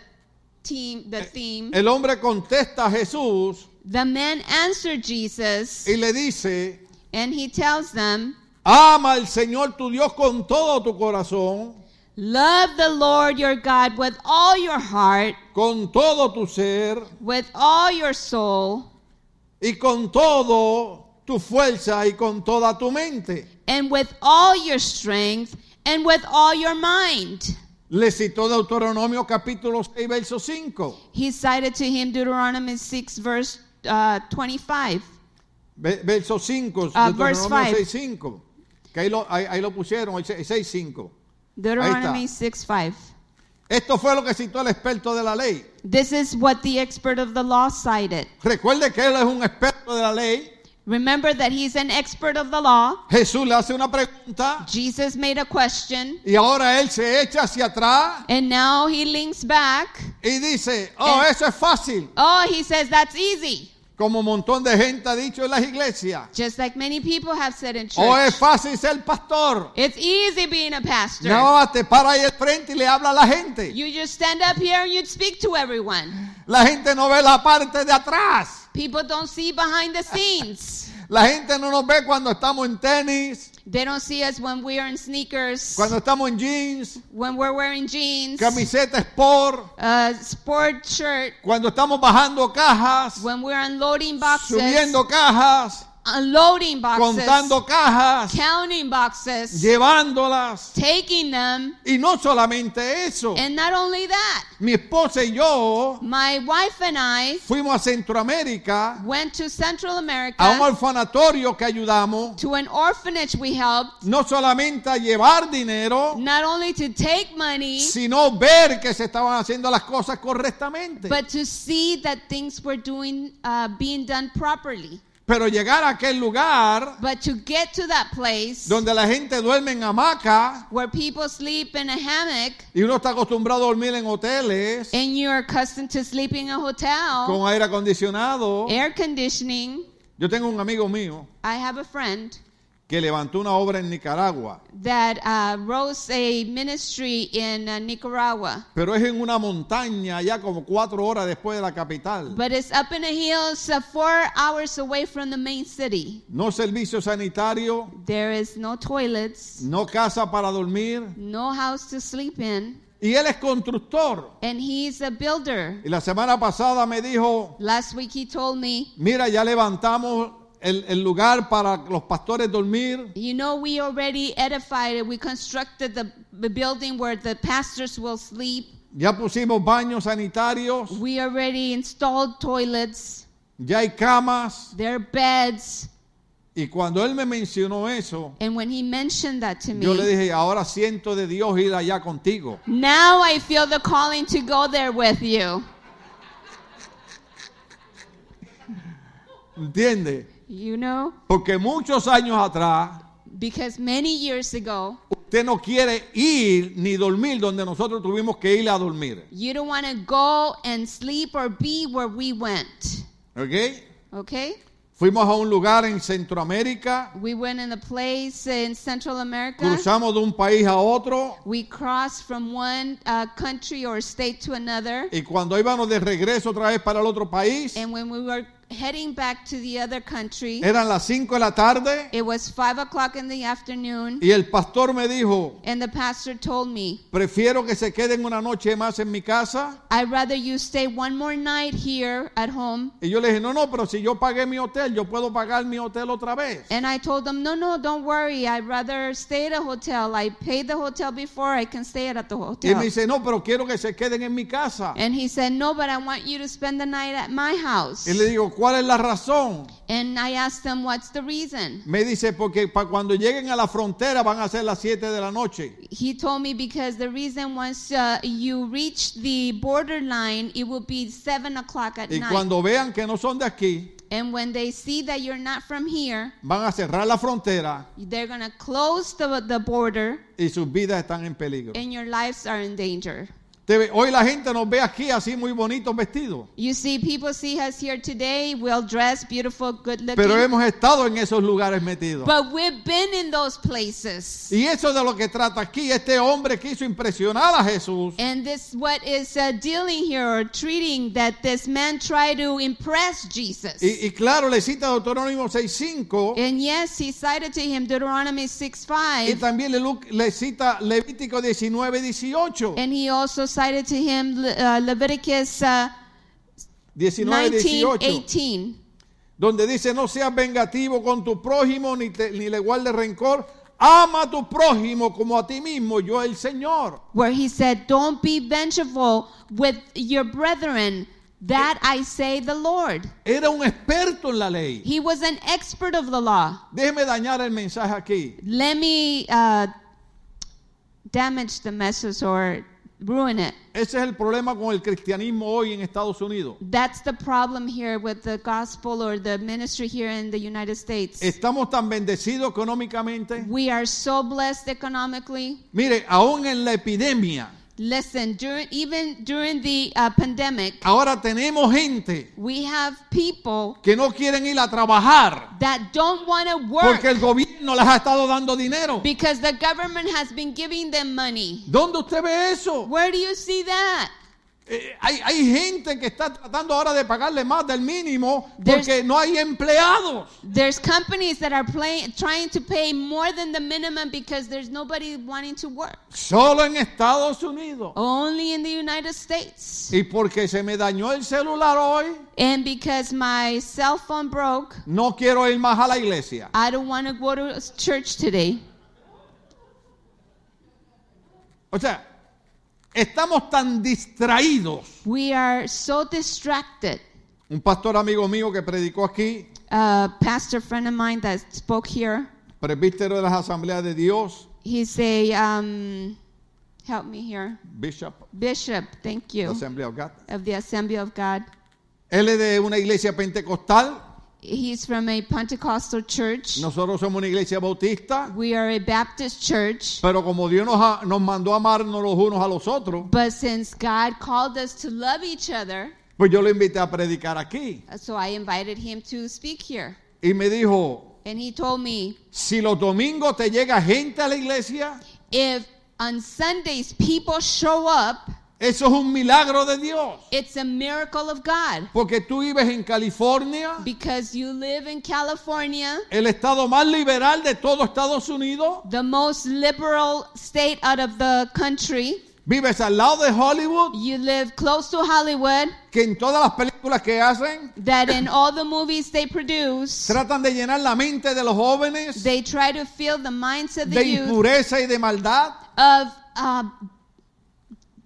Speaker 2: team, the theme,
Speaker 1: el hombre contesta a Jesús
Speaker 2: the man answered Jesus
Speaker 1: y le dice,
Speaker 2: and he tells them,
Speaker 1: ama al Señor tu Dios con todo tu corazón,
Speaker 2: Love the Lord your God with all your heart,
Speaker 1: con todo tu ser
Speaker 2: with all your soul,
Speaker 1: y con todo tu fuerza y con toda tu mente.
Speaker 2: and with all your strength, and with all your mind.
Speaker 1: Le citó Deuteronomio capítulo 6, verso 5.
Speaker 2: He cited to him Deuteronomy 6, verse uh, 25.
Speaker 1: Ve- Verso 5,
Speaker 2: Ah, verse
Speaker 1: Deuteronomio
Speaker 2: five.
Speaker 1: 6, 5. Que ahí lo, ahí, ahí lo pusieron, el 6, 5.
Speaker 2: Deuteronomy 6, 5.
Speaker 1: Esto fue lo que citó el experto de la ley.
Speaker 2: This is what the expert of the law cited.
Speaker 1: Recuerde que él es un experto de la ley.
Speaker 2: Remember that he's an expert of the law.
Speaker 1: Jesús le hace una pregunta
Speaker 2: Jesus made a question,
Speaker 1: y ahora él se echa hacia atrás
Speaker 2: and now he links back.
Speaker 1: y dice, oh,
Speaker 2: Eh.
Speaker 1: eso es fácil,
Speaker 2: Oh, he says that's easy.
Speaker 1: como un montón de gente ha dicho en las iglesias.
Speaker 2: Just like many people have said in
Speaker 1: O es
Speaker 2: church.
Speaker 1: fácil ser pastor.
Speaker 2: It's easy being a pastor.
Speaker 1: No, te para ahí al frente y le habla a la gente.
Speaker 2: You just stand up here and you speak to everyone.
Speaker 1: La gente no ve la parte de atrás.
Speaker 2: People don't see behind the scenes.
Speaker 1: La gente no nos ve cuando estamos en tenis,
Speaker 2: They don't see us when we are in sneakers,
Speaker 1: cuando estamos en jeans,
Speaker 2: when we're wearing jeans,
Speaker 1: camiseta sport,
Speaker 2: a sport shirt,
Speaker 1: cuando estamos bajando cajas,
Speaker 2: when we're unloading boxes,
Speaker 1: subiendo cajas,
Speaker 2: unloading boxes,
Speaker 1: contando cajas,
Speaker 2: counting boxes,
Speaker 1: llevándolas.
Speaker 2: taking them,
Speaker 1: Y no solamente eso.
Speaker 2: and not only that.
Speaker 1: Mi esposa y yo
Speaker 2: My wife and I
Speaker 1: fuimos a Centroamérica,
Speaker 2: went to Central America
Speaker 1: a un orfanatorio que ayudamos,
Speaker 2: to an orphanage we helped,
Speaker 1: no solamente a llevar dinero,
Speaker 2: not only to take money,
Speaker 1: sino ver que se estaban haciendo las cosas correctamente.
Speaker 2: but to see that things were doing uh, being done properly
Speaker 1: Pero llegar a aquel lugar
Speaker 2: but to get to that place
Speaker 1: donde la gente duerme en hamaca
Speaker 2: where people sleep in a hammock
Speaker 1: y uno está acostumbrado a dormir en hoteles
Speaker 2: and you're accustomed to sleeping in a hotel
Speaker 1: con aire acondicionado.
Speaker 2: air conditioning
Speaker 1: Yo tengo un amigo mío
Speaker 2: i have a friend
Speaker 1: que levantó una obra en Nicaragua,
Speaker 2: that uh, rose a ministry in uh, nicaragua
Speaker 1: pero es en una montaña ya como cuatro horas después de la capital.
Speaker 2: but it's up in the hills uh, four hours away from the main city
Speaker 1: No servicio sanitario,
Speaker 2: there is no toilets
Speaker 1: no casa para dormir.
Speaker 2: no house to sleep in
Speaker 1: Y él es constructor.
Speaker 2: and he's a builder
Speaker 1: Y la semana pasada me dijo,
Speaker 2: last week he told me
Speaker 1: mira, ya levantamos el, el lugar para los pastores dormir.
Speaker 2: You know, we already edified it. We constructed the, the building where the pastors will sleep.
Speaker 1: Ya pusimos baños sanitarios,
Speaker 2: We already installed toilets,
Speaker 1: ya hay camas.
Speaker 2: their beds.
Speaker 1: Y cuando él me mencionó eso,
Speaker 2: And when he mentioned that to
Speaker 1: yo le
Speaker 2: me,
Speaker 1: dije, ahora siento de Dios ir allá contigo.
Speaker 2: now I feel the calling to go there with you.
Speaker 1: ¿Entiendes?
Speaker 2: You know,
Speaker 1: Porque muchos años atrás,
Speaker 2: because many years ago,
Speaker 1: usted no quiere ir ni dormir donde nosotros tuvimos que ir a dormir.
Speaker 2: you don't want to go and sleep or be where we went.
Speaker 1: ¿Ok?
Speaker 2: Okay?
Speaker 1: Fuimos a un lugar en Centroamérica,
Speaker 2: We went in a place in Central America.
Speaker 1: cruzamos de un país a otro
Speaker 2: We crossed from one uh, country or state to another.
Speaker 1: y cuando íbamos de regreso otra vez para el otro país,
Speaker 2: And when we were heading back to the other country,
Speaker 1: eran las 5 de la tarde
Speaker 2: it was five o'clock in the afternoon,
Speaker 1: y el pastor me dijo,
Speaker 2: and the pastor told me,
Speaker 1: prefiero que se queden una noche más en mi casa.
Speaker 2: I'd rather you stay one more night here at home.
Speaker 1: Y yo le dije, no, no, pero si yo pagué mi hotel, yo puedo pagar mi hotel otra vez.
Speaker 2: And I told them, No, no, don't worry. I'd rather stay at a hotel. I paid the hotel before, I can stay at the
Speaker 1: Y me
Speaker 2: hotel.
Speaker 1: dice, no, pero quiero que se queden en mi casa.
Speaker 2: And he said, No, but I want you to spend the night at my house.
Speaker 1: Y le digo, ¿cuál es la razón?
Speaker 2: And I asked them, What's the reason?
Speaker 1: Me dice, porque pa- cuando lleguen a la frontera van a ser las 7 de la noche.
Speaker 2: He told me because the reason once uh, you reach the borderline, it will be 7 o'clock at
Speaker 1: Y
Speaker 2: night.
Speaker 1: cuando vean que no son de aquí,
Speaker 2: And when they see that you're not from here,
Speaker 1: van a cerrar la frontera
Speaker 2: they're going to close the, the border
Speaker 1: y sus vidas están en peligro.
Speaker 2: and your lives are in danger.
Speaker 1: Te ve- Hoy la gente nos ve aquí así muy bonitos vestidos,
Speaker 2: You see, people see us here today, well dressed, beautiful, good looking.
Speaker 1: pero hemos estado en esos lugares metidos.
Speaker 2: But we've been in those places.
Speaker 1: Y eso de lo que trata aquí, este hombre quiso impresionar a Jesús
Speaker 2: And this what is uh, dealing here or treating that this man tried to impress Jesus.
Speaker 1: Y, y claro, le cita Deuteronomio 6.5
Speaker 2: and yes, he cited to him Deuteronomy 6
Speaker 1: y
Speaker 2: 5.
Speaker 1: también le, lu- le cita Levítico 19, 18.
Speaker 2: And he also cited to him Le- uh, Leviticus uh,
Speaker 1: 19,
Speaker 2: 19
Speaker 1: 18,
Speaker 2: 18.
Speaker 1: donde dice, no seas vengativo con tu prójimo ni, te- ni le guardes rencor. Ama a tu prójimo como a ti mismo, yo el Señor.
Speaker 2: where he said, Don't be vengeful with your brethren. That I say the Lord.
Speaker 1: Era un experto en la ley.
Speaker 2: He was an expert of the law.
Speaker 1: Déjeme dañar el mensaje aquí.
Speaker 2: Let me uh, damage the message or ruin it.
Speaker 1: Ese es el problema con el cristianismo hoy en Estados Unidos.
Speaker 2: That's the problem here with the gospel or the ministry here in the United States.
Speaker 1: Estamos tan bendecidos económicamente.
Speaker 2: we are so blessed economically.
Speaker 1: Mire, aún en la epidemia,
Speaker 2: Listen, during, even during the uh, pandemic,
Speaker 1: ahora tenemos gente
Speaker 2: we have people
Speaker 1: que no quieren ir a trabajar
Speaker 2: that don't want to work.
Speaker 1: porque el gobierno les ha estado dando dinero.
Speaker 2: Because the government has been giving them money.
Speaker 1: ¿Dónde usted ve eso?
Speaker 2: Where do you see that?
Speaker 1: Eh, hay, hay gente que está tratando ahora de pagarle más del mínimo
Speaker 2: There's-
Speaker 1: porque no hay empleados.
Speaker 2: There's companies that are playing, trying to pay more than the minimum because there's nobody wanting to work.
Speaker 1: Solo en Estados Unidos.
Speaker 2: Oh. Only in the United States.
Speaker 1: Y porque se me dañó el celular hoy,
Speaker 2: And because my cell phone broke,
Speaker 1: no quiero ir más a la iglesia.
Speaker 2: I don't want to go to church today.
Speaker 1: O sea, estamos tan distraídos.
Speaker 2: We are so distracted.
Speaker 1: Un pastor amigo mío que predicó aquí,
Speaker 2: A pastor friend of mine that spoke here,
Speaker 1: presbítero de las asambleas de Dios,
Speaker 2: he's a, um, help me here,
Speaker 1: Bishop
Speaker 2: bishop, thank you,
Speaker 1: Assembly of God.
Speaker 2: of the Assembly of God.
Speaker 1: Él es de una iglesia pentecostal,
Speaker 2: He's from a Pentecostal church.
Speaker 1: nosotros somos una iglesia bautista,
Speaker 2: We are a Baptist church.
Speaker 1: pero como Dios nos, ha- nos mandó a amarnos los unos a los otros,
Speaker 2: But since God called us to love each other, uh,
Speaker 1: pues yo lo invité a predicar aquí.
Speaker 2: so I invited him to speak here.
Speaker 1: Y me dijo,
Speaker 2: And he told me
Speaker 1: si los domingos te llega gente a la iglesia,
Speaker 2: if on Sundays people show up,
Speaker 1: eso es un milagro de Dios.
Speaker 2: it's a miracle of God.
Speaker 1: Porque tú vives en California,
Speaker 2: Because you live in California,
Speaker 1: el estado más liberal de todo Estados Unidos,
Speaker 2: the most liberal state out of the country.
Speaker 1: vives al lado de Hollywood,
Speaker 2: You live close to Hollywood,
Speaker 1: que en todas las películas que hacen
Speaker 2: that in all the movies they produce,
Speaker 1: tratan de llenar la mente de los jóvenes
Speaker 2: They try to fill the minds of the
Speaker 1: de
Speaker 2: youth
Speaker 1: impureza y de maldad.
Speaker 2: of uh,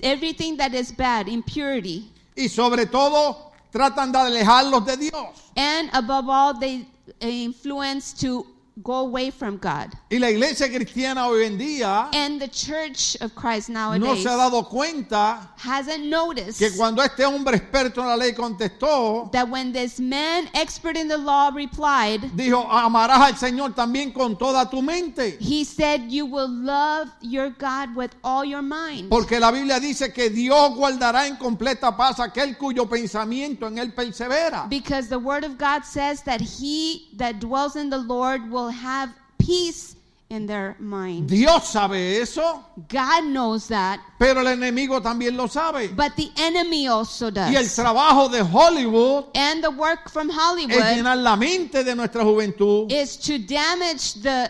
Speaker 2: everything that is bad, impurity.
Speaker 1: y sobre todo tratan de alejarlos de Dios.
Speaker 2: And above all, they influence to go away from God.
Speaker 1: Y la iglesia cristiana hoy en día
Speaker 2: And the church of Christ
Speaker 1: no
Speaker 2: nowadays
Speaker 1: se ha dado cuenta
Speaker 2: hasn't noticed
Speaker 1: que cuando este hombre experto en la ley contestó,
Speaker 2: that when this man, expert in the law, replied,
Speaker 1: dijo, amarás al Señor también con toda tu mente.
Speaker 2: he said, You will love your God with all your mind.
Speaker 1: Porque la Biblia dice que Dios guardará en completa paz aquel cuyo pensamiento en él persevera.
Speaker 2: Because the word of God says that he that dwells in the Lord will have peace in their mind.
Speaker 1: Dios sabe eso,
Speaker 2: God knows that,
Speaker 1: pero el enemigo también lo sabe.
Speaker 2: but the enemy also
Speaker 1: Y el
Speaker 2: does.
Speaker 1: trabajo de Hollywood
Speaker 2: And the work from
Speaker 1: es
Speaker 2: Hollywood
Speaker 1: llenar la mente de nuestra juventud
Speaker 2: is to damage the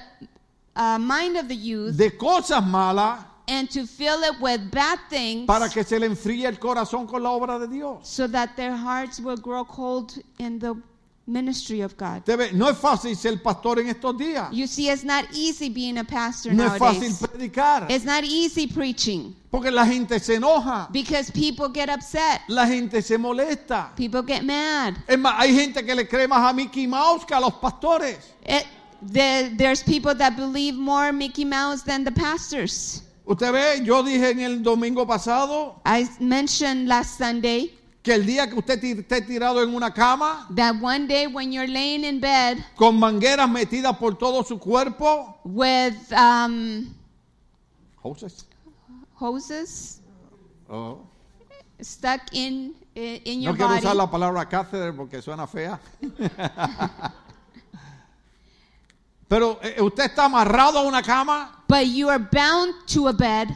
Speaker 2: uh, mind of the youth
Speaker 1: de cosas malas
Speaker 2: and to fill it with bad things
Speaker 1: para que se le enfríe el corazón con la obra de Dios.
Speaker 2: so that their hearts will grow cold in the ministry of God.
Speaker 1: Usted ve, no es fácil ser pastor en estos días.
Speaker 2: You see, it's not easy being a pastor
Speaker 1: No es fácil
Speaker 2: nowadays.
Speaker 1: predicar.
Speaker 2: It's not easy preaching
Speaker 1: Porque la gente se enoja.
Speaker 2: because people get upset.
Speaker 1: La gente se molesta.
Speaker 2: People get mad.
Speaker 1: Es más, hay gente que le cree más a Mickey Mouse que a los pastores.
Speaker 2: It, the, there's people that believe more Mickey Mouse than the pastors.
Speaker 1: Usted ve, yo dije en el domingo pasado
Speaker 2: I mentioned last Sunday
Speaker 1: que el día que usted ti- esté tirado en una cama
Speaker 2: that one day when you're laying in bed
Speaker 1: con mangueras metidas por todo su cuerpo,
Speaker 2: with um,
Speaker 1: Hoses.
Speaker 2: hoses
Speaker 1: Oh.
Speaker 2: stuck in in, in your
Speaker 1: No quiero usar
Speaker 2: body,
Speaker 1: la palabra cátedra porque suena
Speaker 2: *laughs*
Speaker 1: fea. Pero eh, usted está amarrado a una cama
Speaker 2: but you are bound to a bed,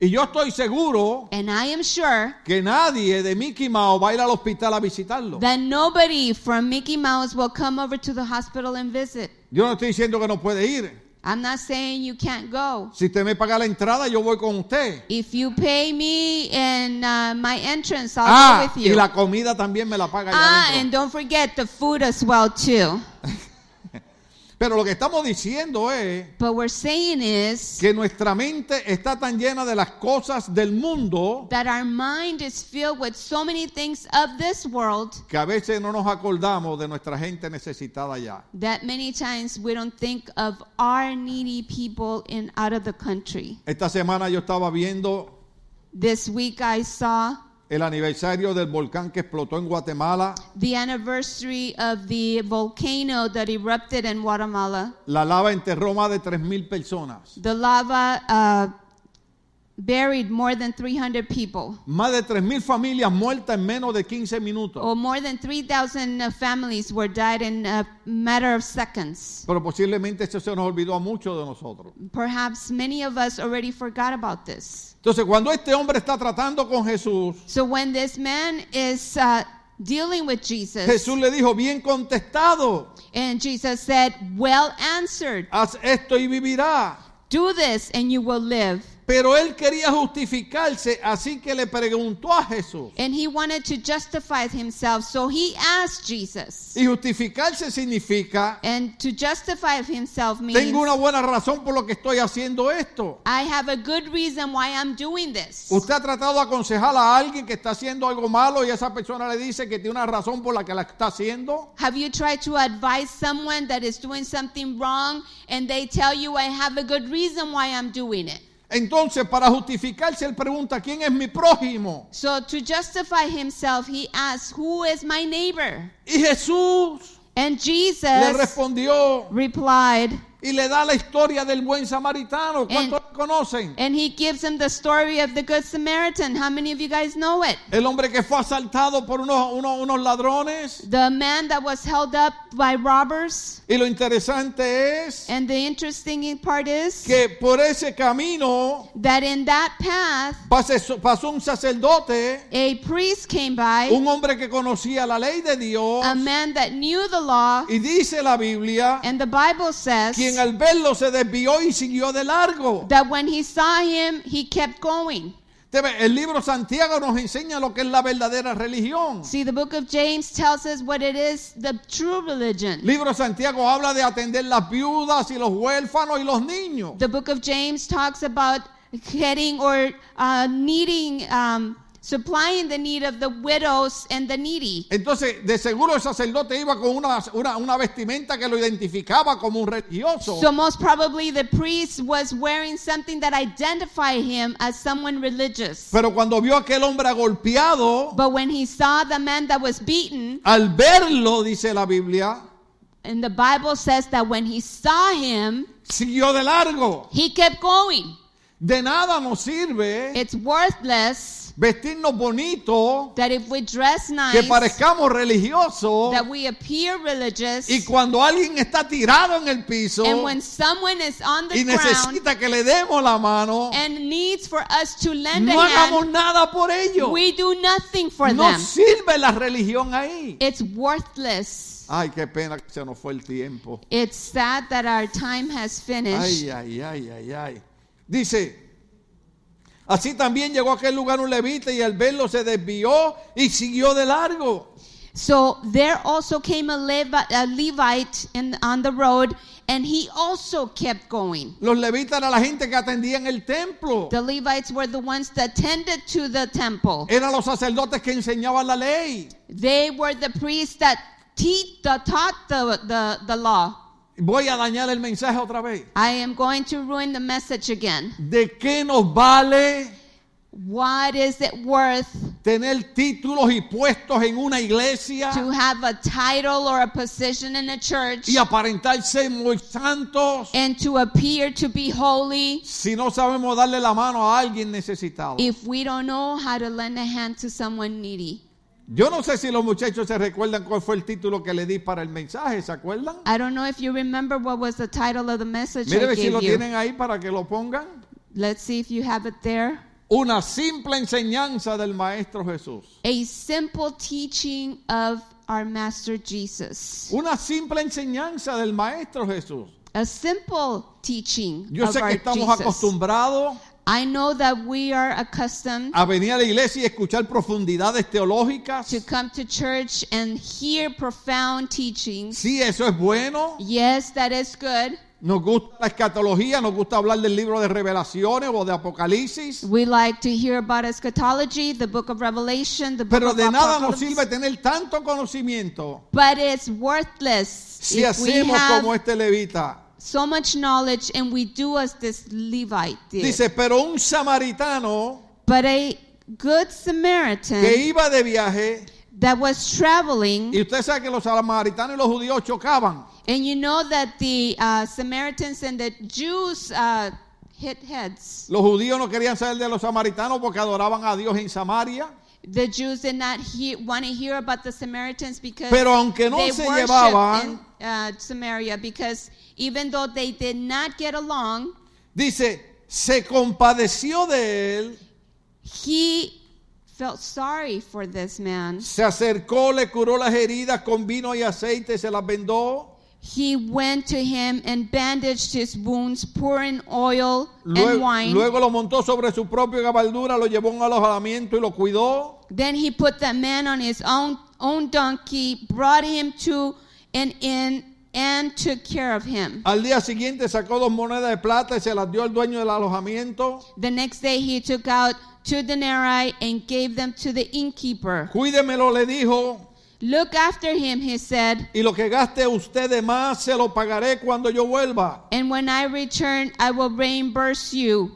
Speaker 1: y yo estoy seguro
Speaker 2: and I am sure
Speaker 1: que nadie de Mickey Mouse va a ir al hospital a visitarlo.
Speaker 2: that nobody from Mickey Mouse will come over to the hospital and visit.
Speaker 1: Yo no estoy diciendo que no puede ir.
Speaker 2: I'm not saying you can't go.
Speaker 1: Si usted me paga la entrada, yo voy con usted.
Speaker 2: If you pay me and uh, my entrance, I'll
Speaker 1: Ah,
Speaker 2: go with
Speaker 1: y
Speaker 2: you.
Speaker 1: la comida también me la paga. allá
Speaker 2: ah, and
Speaker 1: adentro.
Speaker 2: don't forget the food as well too.
Speaker 1: Pero lo que estamos diciendo es
Speaker 2: But we're saying is
Speaker 1: que nuestra mente está tan llena de las cosas del mundo
Speaker 2: that our mind is filled with so many things of this world
Speaker 1: que a veces no nos acordamos de nuestra gente necesitada ya.
Speaker 2: that many times we don't think of our needy people in out of the country.
Speaker 1: Esta semana yo estaba viendo
Speaker 2: This week I saw
Speaker 1: el aniversario del volcán que explotó en Guatemala,
Speaker 2: the anniversary of the volcano that erupted in Guatemala.
Speaker 1: la lava enterró más de 3.000 personas.
Speaker 2: The lava uh, buried more than 300 people,
Speaker 1: Más de 3.000 familias muertas en menos de 15 minutos.
Speaker 2: or Oh, more than 3,000 uh, families were died in a matter of seconds.
Speaker 1: Pero posiblemente eso se nos olvidó a muchos de nosotros.
Speaker 2: Perhaps many of us already forgot about this.
Speaker 1: Entonces, cuando este hombre está tratando con Jesús,
Speaker 2: So when this man is uh, dealing with Jesus,
Speaker 1: Jesús le dijo, bien contestado,
Speaker 2: and Jesus said, Well answered,
Speaker 1: haz esto y vivirá.
Speaker 2: do this and you will live.
Speaker 1: Pero él quería justificarse, así que le preguntó a Jesús.
Speaker 2: And he wanted to justify himself, so he asked Jesus.
Speaker 1: Y justificarse significa,
Speaker 2: And to justify himself means
Speaker 1: tengo una buena razón por lo que estoy haciendo esto.
Speaker 2: I have a good reason why I'm doing this.
Speaker 1: Usted ha tratado de aconsejar a alguien que está haciendo algo malo y esa persona le dice que tiene una razón por la que la está haciendo.
Speaker 2: Have you tried to advise someone that is doing something wrong and they tell you, I have a good reason why I'm doing it?
Speaker 1: Entonces, para justificarse, él pregunta, ¿quién es mi prójimo?
Speaker 2: So to justify himself, he asks, Who is my neighbor?
Speaker 1: Y Jesús
Speaker 2: And
Speaker 1: le
Speaker 2: Jesus
Speaker 1: respondió
Speaker 2: replied,
Speaker 1: y le da la historia del buen samaritano. ¿Cuántos la conocen?
Speaker 2: and he gives him the story of the Good Samaritan. How many of you guys know it?
Speaker 1: El hombre que fue asaltado por unos, unos, unos ladrones.
Speaker 2: The man that was held up by robbers.
Speaker 1: Y lo interesante es
Speaker 2: And the interesting part is
Speaker 1: que por ese camino
Speaker 2: that in that path,
Speaker 1: pasó, pasó un sacerdote,
Speaker 2: a priest came by,
Speaker 1: un hombre que conocía la ley de Dios.
Speaker 2: a man that knew the law,
Speaker 1: Y dice la Biblia,
Speaker 2: and the Bible
Speaker 1: quien
Speaker 2: says
Speaker 1: al verlo se desvió y siguió de largo.
Speaker 2: that when he saw him, he kept going.
Speaker 1: Usted ve, El libro Santiago nos enseña lo que es la verdadera religión.
Speaker 2: See, the book of James tells us what it is the true religion.
Speaker 1: Libro Santiago habla de atender las viudas y los huérfanos y los niños.
Speaker 2: The book of James talks about getting or uh, needing, um, supplying the need of the widows and the needy.
Speaker 1: Entonces, de seguro el sacerdote iba con una, una, una vestimenta que lo identificaba como un religioso.
Speaker 2: So, most probably, the priest was wearing something that identified him as someone religious.
Speaker 1: Pero cuando vio a aquel hombre golpeado,
Speaker 2: But when he saw the man that was beaten,
Speaker 1: al verlo, dice la Biblia,
Speaker 2: and the Bible says that when he saw him,
Speaker 1: siguió de largo.
Speaker 2: he kept going.
Speaker 1: De nada nos sirve
Speaker 2: It's worthless
Speaker 1: vestirnos bonito,
Speaker 2: that if we dress
Speaker 1: que
Speaker 2: nice,
Speaker 1: parezcamos religiosos,
Speaker 2: that we appear religious,
Speaker 1: y cuando alguien está tirado en el piso
Speaker 2: and when someone is on the
Speaker 1: y
Speaker 2: ground
Speaker 1: necesita que le demos la mano,
Speaker 2: and needs for us to lend
Speaker 1: Oh. no
Speaker 2: a
Speaker 1: hagamos
Speaker 2: hand,
Speaker 1: nada por ello.
Speaker 2: we do nothing for
Speaker 1: No
Speaker 2: them.
Speaker 1: sirve la religión ahí.
Speaker 2: It's worthless.
Speaker 1: Ay, qué pena que se nos fue el tiempo.
Speaker 2: It's sad that our time has finished.
Speaker 1: Ay, ay, ay, ay, ay. Dice, así también llegó a aquel lugar un levita y al verlo se desvió y siguió de largo.
Speaker 2: So there also came a, Levi, a Levite in, on the road, and he also kept going.
Speaker 1: Los levitas eran la gente que atendían el templo.
Speaker 2: The Levites were the ones that tended to the temple.
Speaker 1: Eran los sacerdotes que enseñaban la ley.
Speaker 2: They were the priests that teach, that taught the, the, the law.
Speaker 1: Voy a dañar el mensaje otra vez.
Speaker 2: I am going to ruin the message again.
Speaker 1: ¿De qué nos vale
Speaker 2: What is it worth
Speaker 1: tener títulos y puestos en una iglesia
Speaker 2: to have a title or a position in a church
Speaker 1: y aparentar ser muy santos
Speaker 2: and to appear to be holy
Speaker 1: si no sabemos darle la mano a alguien necesitado?
Speaker 2: if we don't know how to lend a hand to someone needy?
Speaker 1: Yo no sé si los muchachos se recuerdan cuál fue el título que le di para el mensaje, ¿se acuerdan?
Speaker 2: I don't know if you remember what was the title of the message I
Speaker 1: Mire si lo
Speaker 2: gave you.
Speaker 1: tienen ahí para que lo pongan.
Speaker 2: Let's see if you have it there.
Speaker 1: Una simple enseñanza del Maestro Jesús.
Speaker 2: A simple teaching of our Master Jesus.
Speaker 1: Una simple enseñanza del Maestro Jesús.
Speaker 2: A simple teaching
Speaker 1: Yo
Speaker 2: of
Speaker 1: sé
Speaker 2: our
Speaker 1: que estamos
Speaker 2: Jesus.
Speaker 1: acostumbrados
Speaker 2: I know that we are accustomed
Speaker 1: a venir a la iglesia y escuchar profundidades teológicas.
Speaker 2: to come to church and hear profound teachings.
Speaker 1: Sí, eso es bueno.
Speaker 2: Yes, that is good.
Speaker 1: Nos gusta la escatología, nos gusta hablar del libro de revelaciones o de Apocalipsis.
Speaker 2: We like to hear about eschatology, the book of Revelation, the book
Speaker 1: Pero
Speaker 2: of
Speaker 1: de nada nos
Speaker 2: Apocalypse.
Speaker 1: sirve tener tanto conocimiento
Speaker 2: But it's worthless
Speaker 1: si
Speaker 2: if we
Speaker 1: hacemos
Speaker 2: have
Speaker 1: como este levita.
Speaker 2: so much knowledge and we do as this Levite did.
Speaker 1: Dice, pero un samaritano
Speaker 2: but a good Samaritan
Speaker 1: que iba de viaje,
Speaker 2: that was traveling,
Speaker 1: y usted sabe que los samaritanos y los judíos chocaban.
Speaker 2: and you know that the uh, Samaritans and the Jews uh, hit heads.
Speaker 1: Los judíos no querían saber de los samaritanos porque adoraban a Dios en Samaria.
Speaker 2: The Jews did not he- want to hear about the Samaritans because
Speaker 1: Pero aunque no
Speaker 2: they
Speaker 1: se
Speaker 2: worshiped
Speaker 1: llevaban,
Speaker 2: in uh, Samaria because even though they did not get along,
Speaker 1: dice, se compadeció de él,
Speaker 2: he felt sorry for this man.
Speaker 1: se acercó, le curó las heridas con vino y aceite, se las vendó.
Speaker 2: He went to him and bandaged his wounds, pouring oil and
Speaker 1: Luego,
Speaker 2: wine.
Speaker 1: luego lo montó sobre su propia gabardura, lo llevó a un alojamiento y lo cuidó.
Speaker 2: Then he put the man on his own own donkey, brought him to an inn, and took care of him.
Speaker 1: Al día siguiente sacó dos monedas de plata y se las dio al dueño del alojamiento.
Speaker 2: The next day he took out two denarii and gave them to the innkeeper.
Speaker 1: Cuídemelo, le dijo,
Speaker 2: Look after him, he said,
Speaker 1: y lo que gaste usted de más se lo pagaré cuando yo vuelva.
Speaker 2: and when I return, I will reimburse you.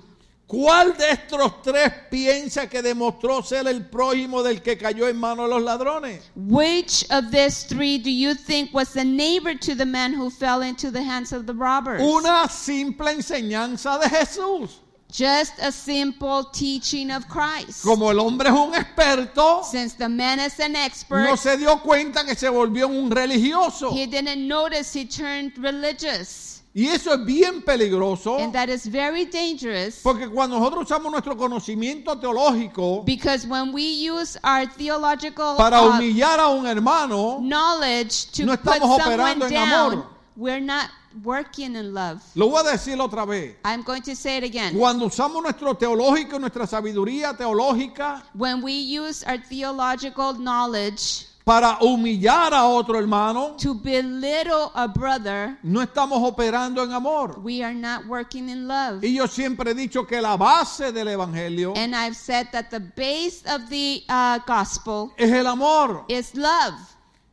Speaker 1: ¿Cuál de estos tres piensa que demostró ser el prójimo del que cayó en manos de los ladrones?
Speaker 2: Which of these three do you think was the neighbor to the man who fell into the hands of the robbers?
Speaker 1: Una simple enseñanza de Jesús.
Speaker 2: Just a simple teaching of Christ.
Speaker 1: Como el hombre es un experto,
Speaker 2: Since the man is an expert,
Speaker 1: no se dio cuenta que se volvió un religioso.
Speaker 2: he didn't notice he turned religious.
Speaker 1: Y eso es bien peligroso.
Speaker 2: And that is very dangerous
Speaker 1: Porque cuando nosotros usamos nuestro conocimiento teológico
Speaker 2: because when we use our theological
Speaker 1: para
Speaker 2: uh,
Speaker 1: humillar a un hermano,
Speaker 2: knowledge to
Speaker 1: No
Speaker 2: put
Speaker 1: estamos
Speaker 2: someone
Speaker 1: operando en
Speaker 2: down,
Speaker 1: amor.
Speaker 2: we're not working in love.
Speaker 1: lo voy a decir otra vez.
Speaker 2: I'm going to say it again.
Speaker 1: Cuando usamos nuestro teológico, nuestra sabiduría teológica,
Speaker 2: When we use our theological knowledge
Speaker 1: para humillar a otro hermano,
Speaker 2: to belittle a brother,
Speaker 1: no estamos operando en amor.
Speaker 2: we are not working in love.
Speaker 1: Y yo siempre he dicho que la base del evangelio
Speaker 2: And I've said that the base of the uh, gospel
Speaker 1: es el amor.
Speaker 2: is love.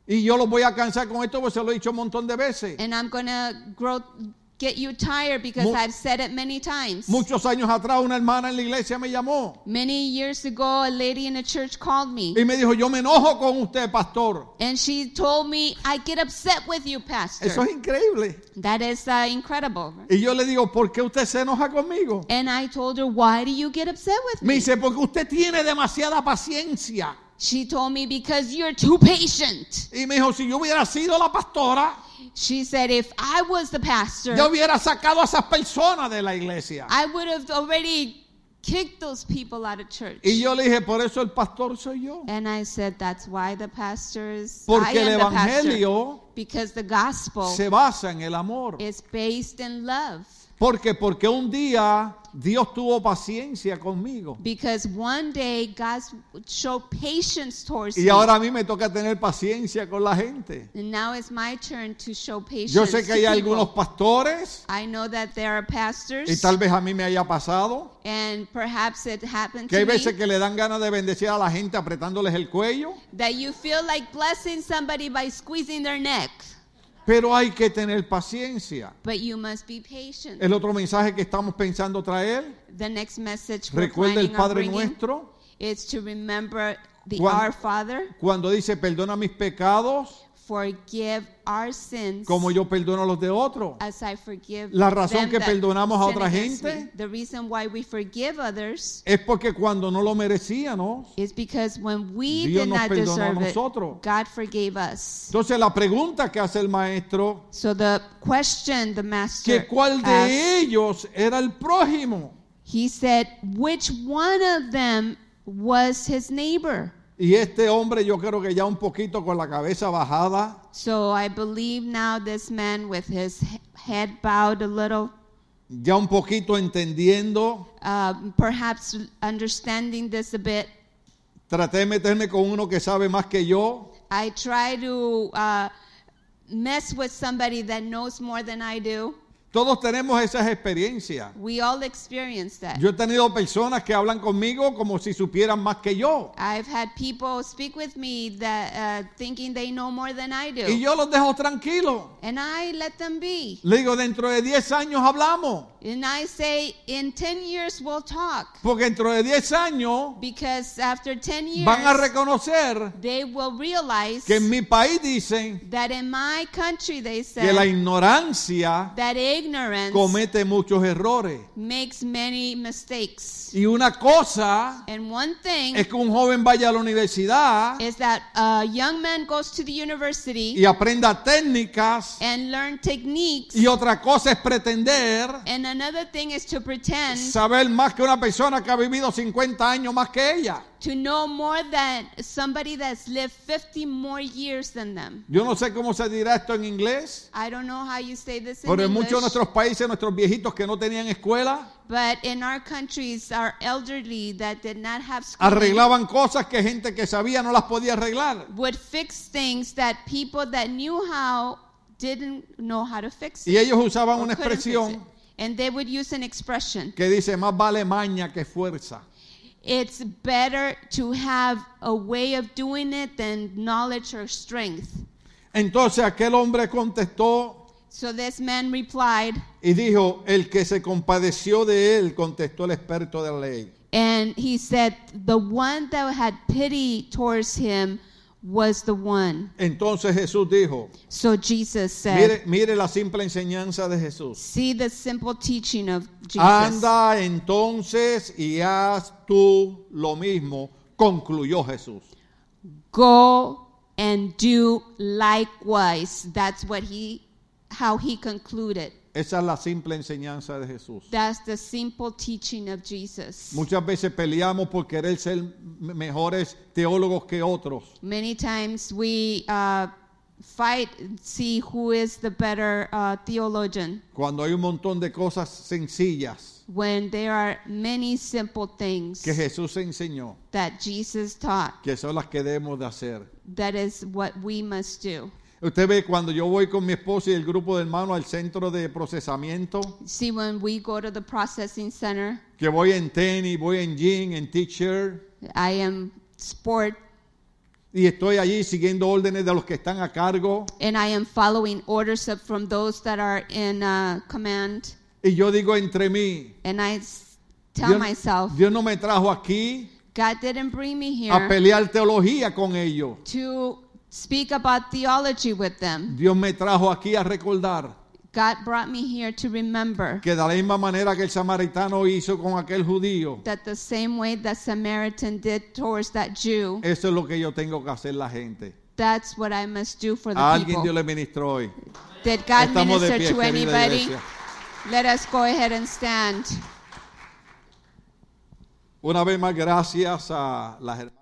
Speaker 1: Y yo los voy a cansar con esto porque se lo he dicho un montón de veces.
Speaker 2: And I'm going to grow get you tired because
Speaker 1: Mu-
Speaker 2: I've said it many times.
Speaker 1: Muchos años atrás una hermana en la iglesia me llamó
Speaker 2: Many years ago, a lady in a church called me
Speaker 1: y me dijo, yo me enojo con usted, pastor.
Speaker 2: and she told me, I get upset with you, Pastor.
Speaker 1: Eso es increíble.
Speaker 2: That is uh, incredible. right?
Speaker 1: Y yo le digo, ¿por qué usted se enoja conmigo?
Speaker 2: And I told her, Why do you get upset with
Speaker 1: Me
Speaker 2: me?
Speaker 1: dice, porque usted tiene demasiada paciencia.
Speaker 2: She told me, Because you're too patient.
Speaker 1: Y me dijo, si yo hubiera sido la pastora,
Speaker 2: She said, If I was the pastor,
Speaker 1: yo hubiera sacado a esas personas de la iglesia.
Speaker 2: I would have already kicked those people out of church.
Speaker 1: Y yo le dije, por eso el pastor soy yo.
Speaker 2: And I said, that's why the pastors, I
Speaker 1: Porque el
Speaker 2: am the pastor. Oh.
Speaker 1: evangelio
Speaker 2: Because the gospel
Speaker 1: se basa en el amor.
Speaker 2: is based in love.
Speaker 1: Porque porque un día Dios tuvo paciencia conmigo
Speaker 2: because one day God showed patience towards
Speaker 1: y
Speaker 2: me.
Speaker 1: ahora a mí me toca tener paciencia con la gente.
Speaker 2: and now it's my turn to show patience.
Speaker 1: Yo sé que
Speaker 2: to
Speaker 1: hay
Speaker 2: people.
Speaker 1: algunos pastores
Speaker 2: I know that there are pastors,
Speaker 1: y tal vez a mí me haya pasado
Speaker 2: and perhaps it happened
Speaker 1: que hay
Speaker 2: to
Speaker 1: veces
Speaker 2: me,
Speaker 1: que le dan ganas de bendecir a la gente apretándoles el cuello,
Speaker 2: that you feel like blessing somebody by squeezing their neck,
Speaker 1: pero hay que tener paciencia.
Speaker 2: but you must be patient.
Speaker 1: El otro mensaje que estamos pensando traer,
Speaker 2: the next message we're
Speaker 1: recuerda el
Speaker 2: planning on
Speaker 1: Padre
Speaker 2: bringing
Speaker 1: Nuestro
Speaker 2: is to remember the
Speaker 1: Cuan-
Speaker 2: Our Father,
Speaker 1: cuando dice perdona mis pecados
Speaker 2: forgive our sins.
Speaker 1: como yo perdono los de otros.
Speaker 2: as I forgive
Speaker 1: La razón
Speaker 2: them
Speaker 1: que
Speaker 2: that
Speaker 1: perdonamos a
Speaker 2: sin
Speaker 1: otra
Speaker 2: against
Speaker 1: gente-
Speaker 2: me. the reason why we forgive others
Speaker 1: Es porque cuando no lo merecíamos.
Speaker 2: is because when we
Speaker 1: Dios
Speaker 2: did
Speaker 1: nos
Speaker 2: not
Speaker 1: perdonó a
Speaker 2: deserve
Speaker 1: nosotros.
Speaker 2: it, God forgave us.
Speaker 1: Entonces la pregunta que hace el maestro,
Speaker 2: So the question the master
Speaker 1: que cuál
Speaker 2: asked,
Speaker 1: de ellos era el prójimo.
Speaker 2: he said, which one of them was his neighbor?
Speaker 1: Y este hombre yo creo que ya un poquito con la cabeza bajada,
Speaker 2: So I believe now this man with his he- head bowed a little,
Speaker 1: ya un poquito entendiendo,
Speaker 2: um, perhaps understanding this a bit,
Speaker 1: traté de meterme con uno que sabe más que yo
Speaker 2: I try to uh, mess with somebody that knows more than I do.
Speaker 1: Todos tenemos esas experiencias.
Speaker 2: We all experience that.
Speaker 1: Yo he tenido personas que hablan conmigo como si supieran más que yo.
Speaker 2: I've had people speak with me that uh, thinking they know more than I do,
Speaker 1: Y yo los dejo tranquilos.
Speaker 2: and I let them be.
Speaker 1: Le digo, dentro de 10 años hablamos.
Speaker 2: And I say, in 10 years we'll talk,
Speaker 1: Porque dentro de 10 años
Speaker 2: because after 10
Speaker 1: van a
Speaker 2: years
Speaker 1: reconocer
Speaker 2: they will realize
Speaker 1: que en mi país dicen
Speaker 2: that in my country they
Speaker 1: que la
Speaker 2: said
Speaker 1: ignorancia
Speaker 2: that ignorance
Speaker 1: comete muchos errores.
Speaker 2: makes many mistakes.
Speaker 1: Y una cosa
Speaker 2: And one thing
Speaker 1: es que un joven vaya a la universidad
Speaker 2: is that a young man goes to the university
Speaker 1: y aprenda técnicas.
Speaker 2: and learn techniques
Speaker 1: Y otra cosa es pretender
Speaker 2: and another thing is to pretend
Speaker 1: saber más que una persona que ha vivido 50 años más que ella.
Speaker 2: to know more than somebody that's lived 50 more years than them
Speaker 1: Yo no sé cómo se dirá esto en inglés,
Speaker 2: i don't know how you say this in
Speaker 1: pero en
Speaker 2: English,
Speaker 1: muchos de nuestros países, nuestros viejitos que no tenían escuela,
Speaker 2: but in our countries our elderly that did not have schooling
Speaker 1: arreglaban cosas que gente que sabía no las podía arreglar.
Speaker 2: would fix things that people that knew how didn't know how to fix
Speaker 1: Y
Speaker 2: it,
Speaker 1: ellos usaban
Speaker 2: or
Speaker 1: una
Speaker 2: couldn't fix it.
Speaker 1: expresión
Speaker 2: and they would use an expression
Speaker 1: que dice, más vale maña que fuerza.
Speaker 2: It's better to have a way of doing it than knowledge or strength.
Speaker 1: Entonces aquel hombre contestó
Speaker 2: So this man replied,
Speaker 1: y dijo, el que se compadeció de él, contestó el experto de la ley.
Speaker 2: and he said, The one that had pity towards him was the one.
Speaker 1: Entonces Jesús dijo,
Speaker 2: So Jesus said,
Speaker 1: mire, mire la simple enseñanza de Jesús.
Speaker 2: See the simple teaching of Jesus.
Speaker 1: Anda entonces y haz tú lo mismo, concluyó Jesús.
Speaker 2: Go and do likewise. That's what he how he concluded.
Speaker 1: Esa es la simple enseñanza de Jesús.
Speaker 2: That's the simple teaching of Jesus.
Speaker 1: Muchas veces peleamos por querer ser me- mejores teólogos que otros.
Speaker 2: Many times we uh, fight and see who is the better uh, theologian
Speaker 1: Cuando hay un montón de cosas sencillas
Speaker 2: when there are many simple things
Speaker 1: que Jesús enseñó,
Speaker 2: that Jesus taught.
Speaker 1: que son las que debemos de hacer.
Speaker 2: That is what we must do.
Speaker 1: Usted ve cuando yo voy con mi esposa y el grupo de hermanos al centro de procesamiento,
Speaker 2: See, when we go to the processing center,
Speaker 1: que voy en tenis, voy en jean, en t-shirt,
Speaker 2: I am sport
Speaker 1: y estoy allí siguiendo órdenes de los que están a cargo.
Speaker 2: and I am following orders up from those that are in uh, command.
Speaker 1: Y yo digo entre mí,
Speaker 2: And I s- tell
Speaker 1: Dios,
Speaker 2: myself,
Speaker 1: Dios no me trajo aquí
Speaker 2: God didn't bring me
Speaker 1: a
Speaker 2: here
Speaker 1: pelear teología con ellos.
Speaker 2: to speak about theology with them.
Speaker 1: Dios me trajo aquí a recordar
Speaker 2: God brought me here to remember
Speaker 1: que de la misma manera que el samaritano hizo con aquel judío,
Speaker 2: that the same way that Samaritan did towards that Jew,
Speaker 1: eso es lo que yo tengo que hacer la gente.
Speaker 2: that's what I must do for
Speaker 1: A
Speaker 2: the
Speaker 1: alguien Dios
Speaker 2: people.
Speaker 1: le ministró hoy.
Speaker 2: Did God
Speaker 1: Estamos de
Speaker 2: minister
Speaker 1: pie,
Speaker 2: to
Speaker 1: querida
Speaker 2: anybody?
Speaker 1: iglesia.
Speaker 2: Let us go ahead and stand.
Speaker 1: Una vez más, gracias a las hermanas.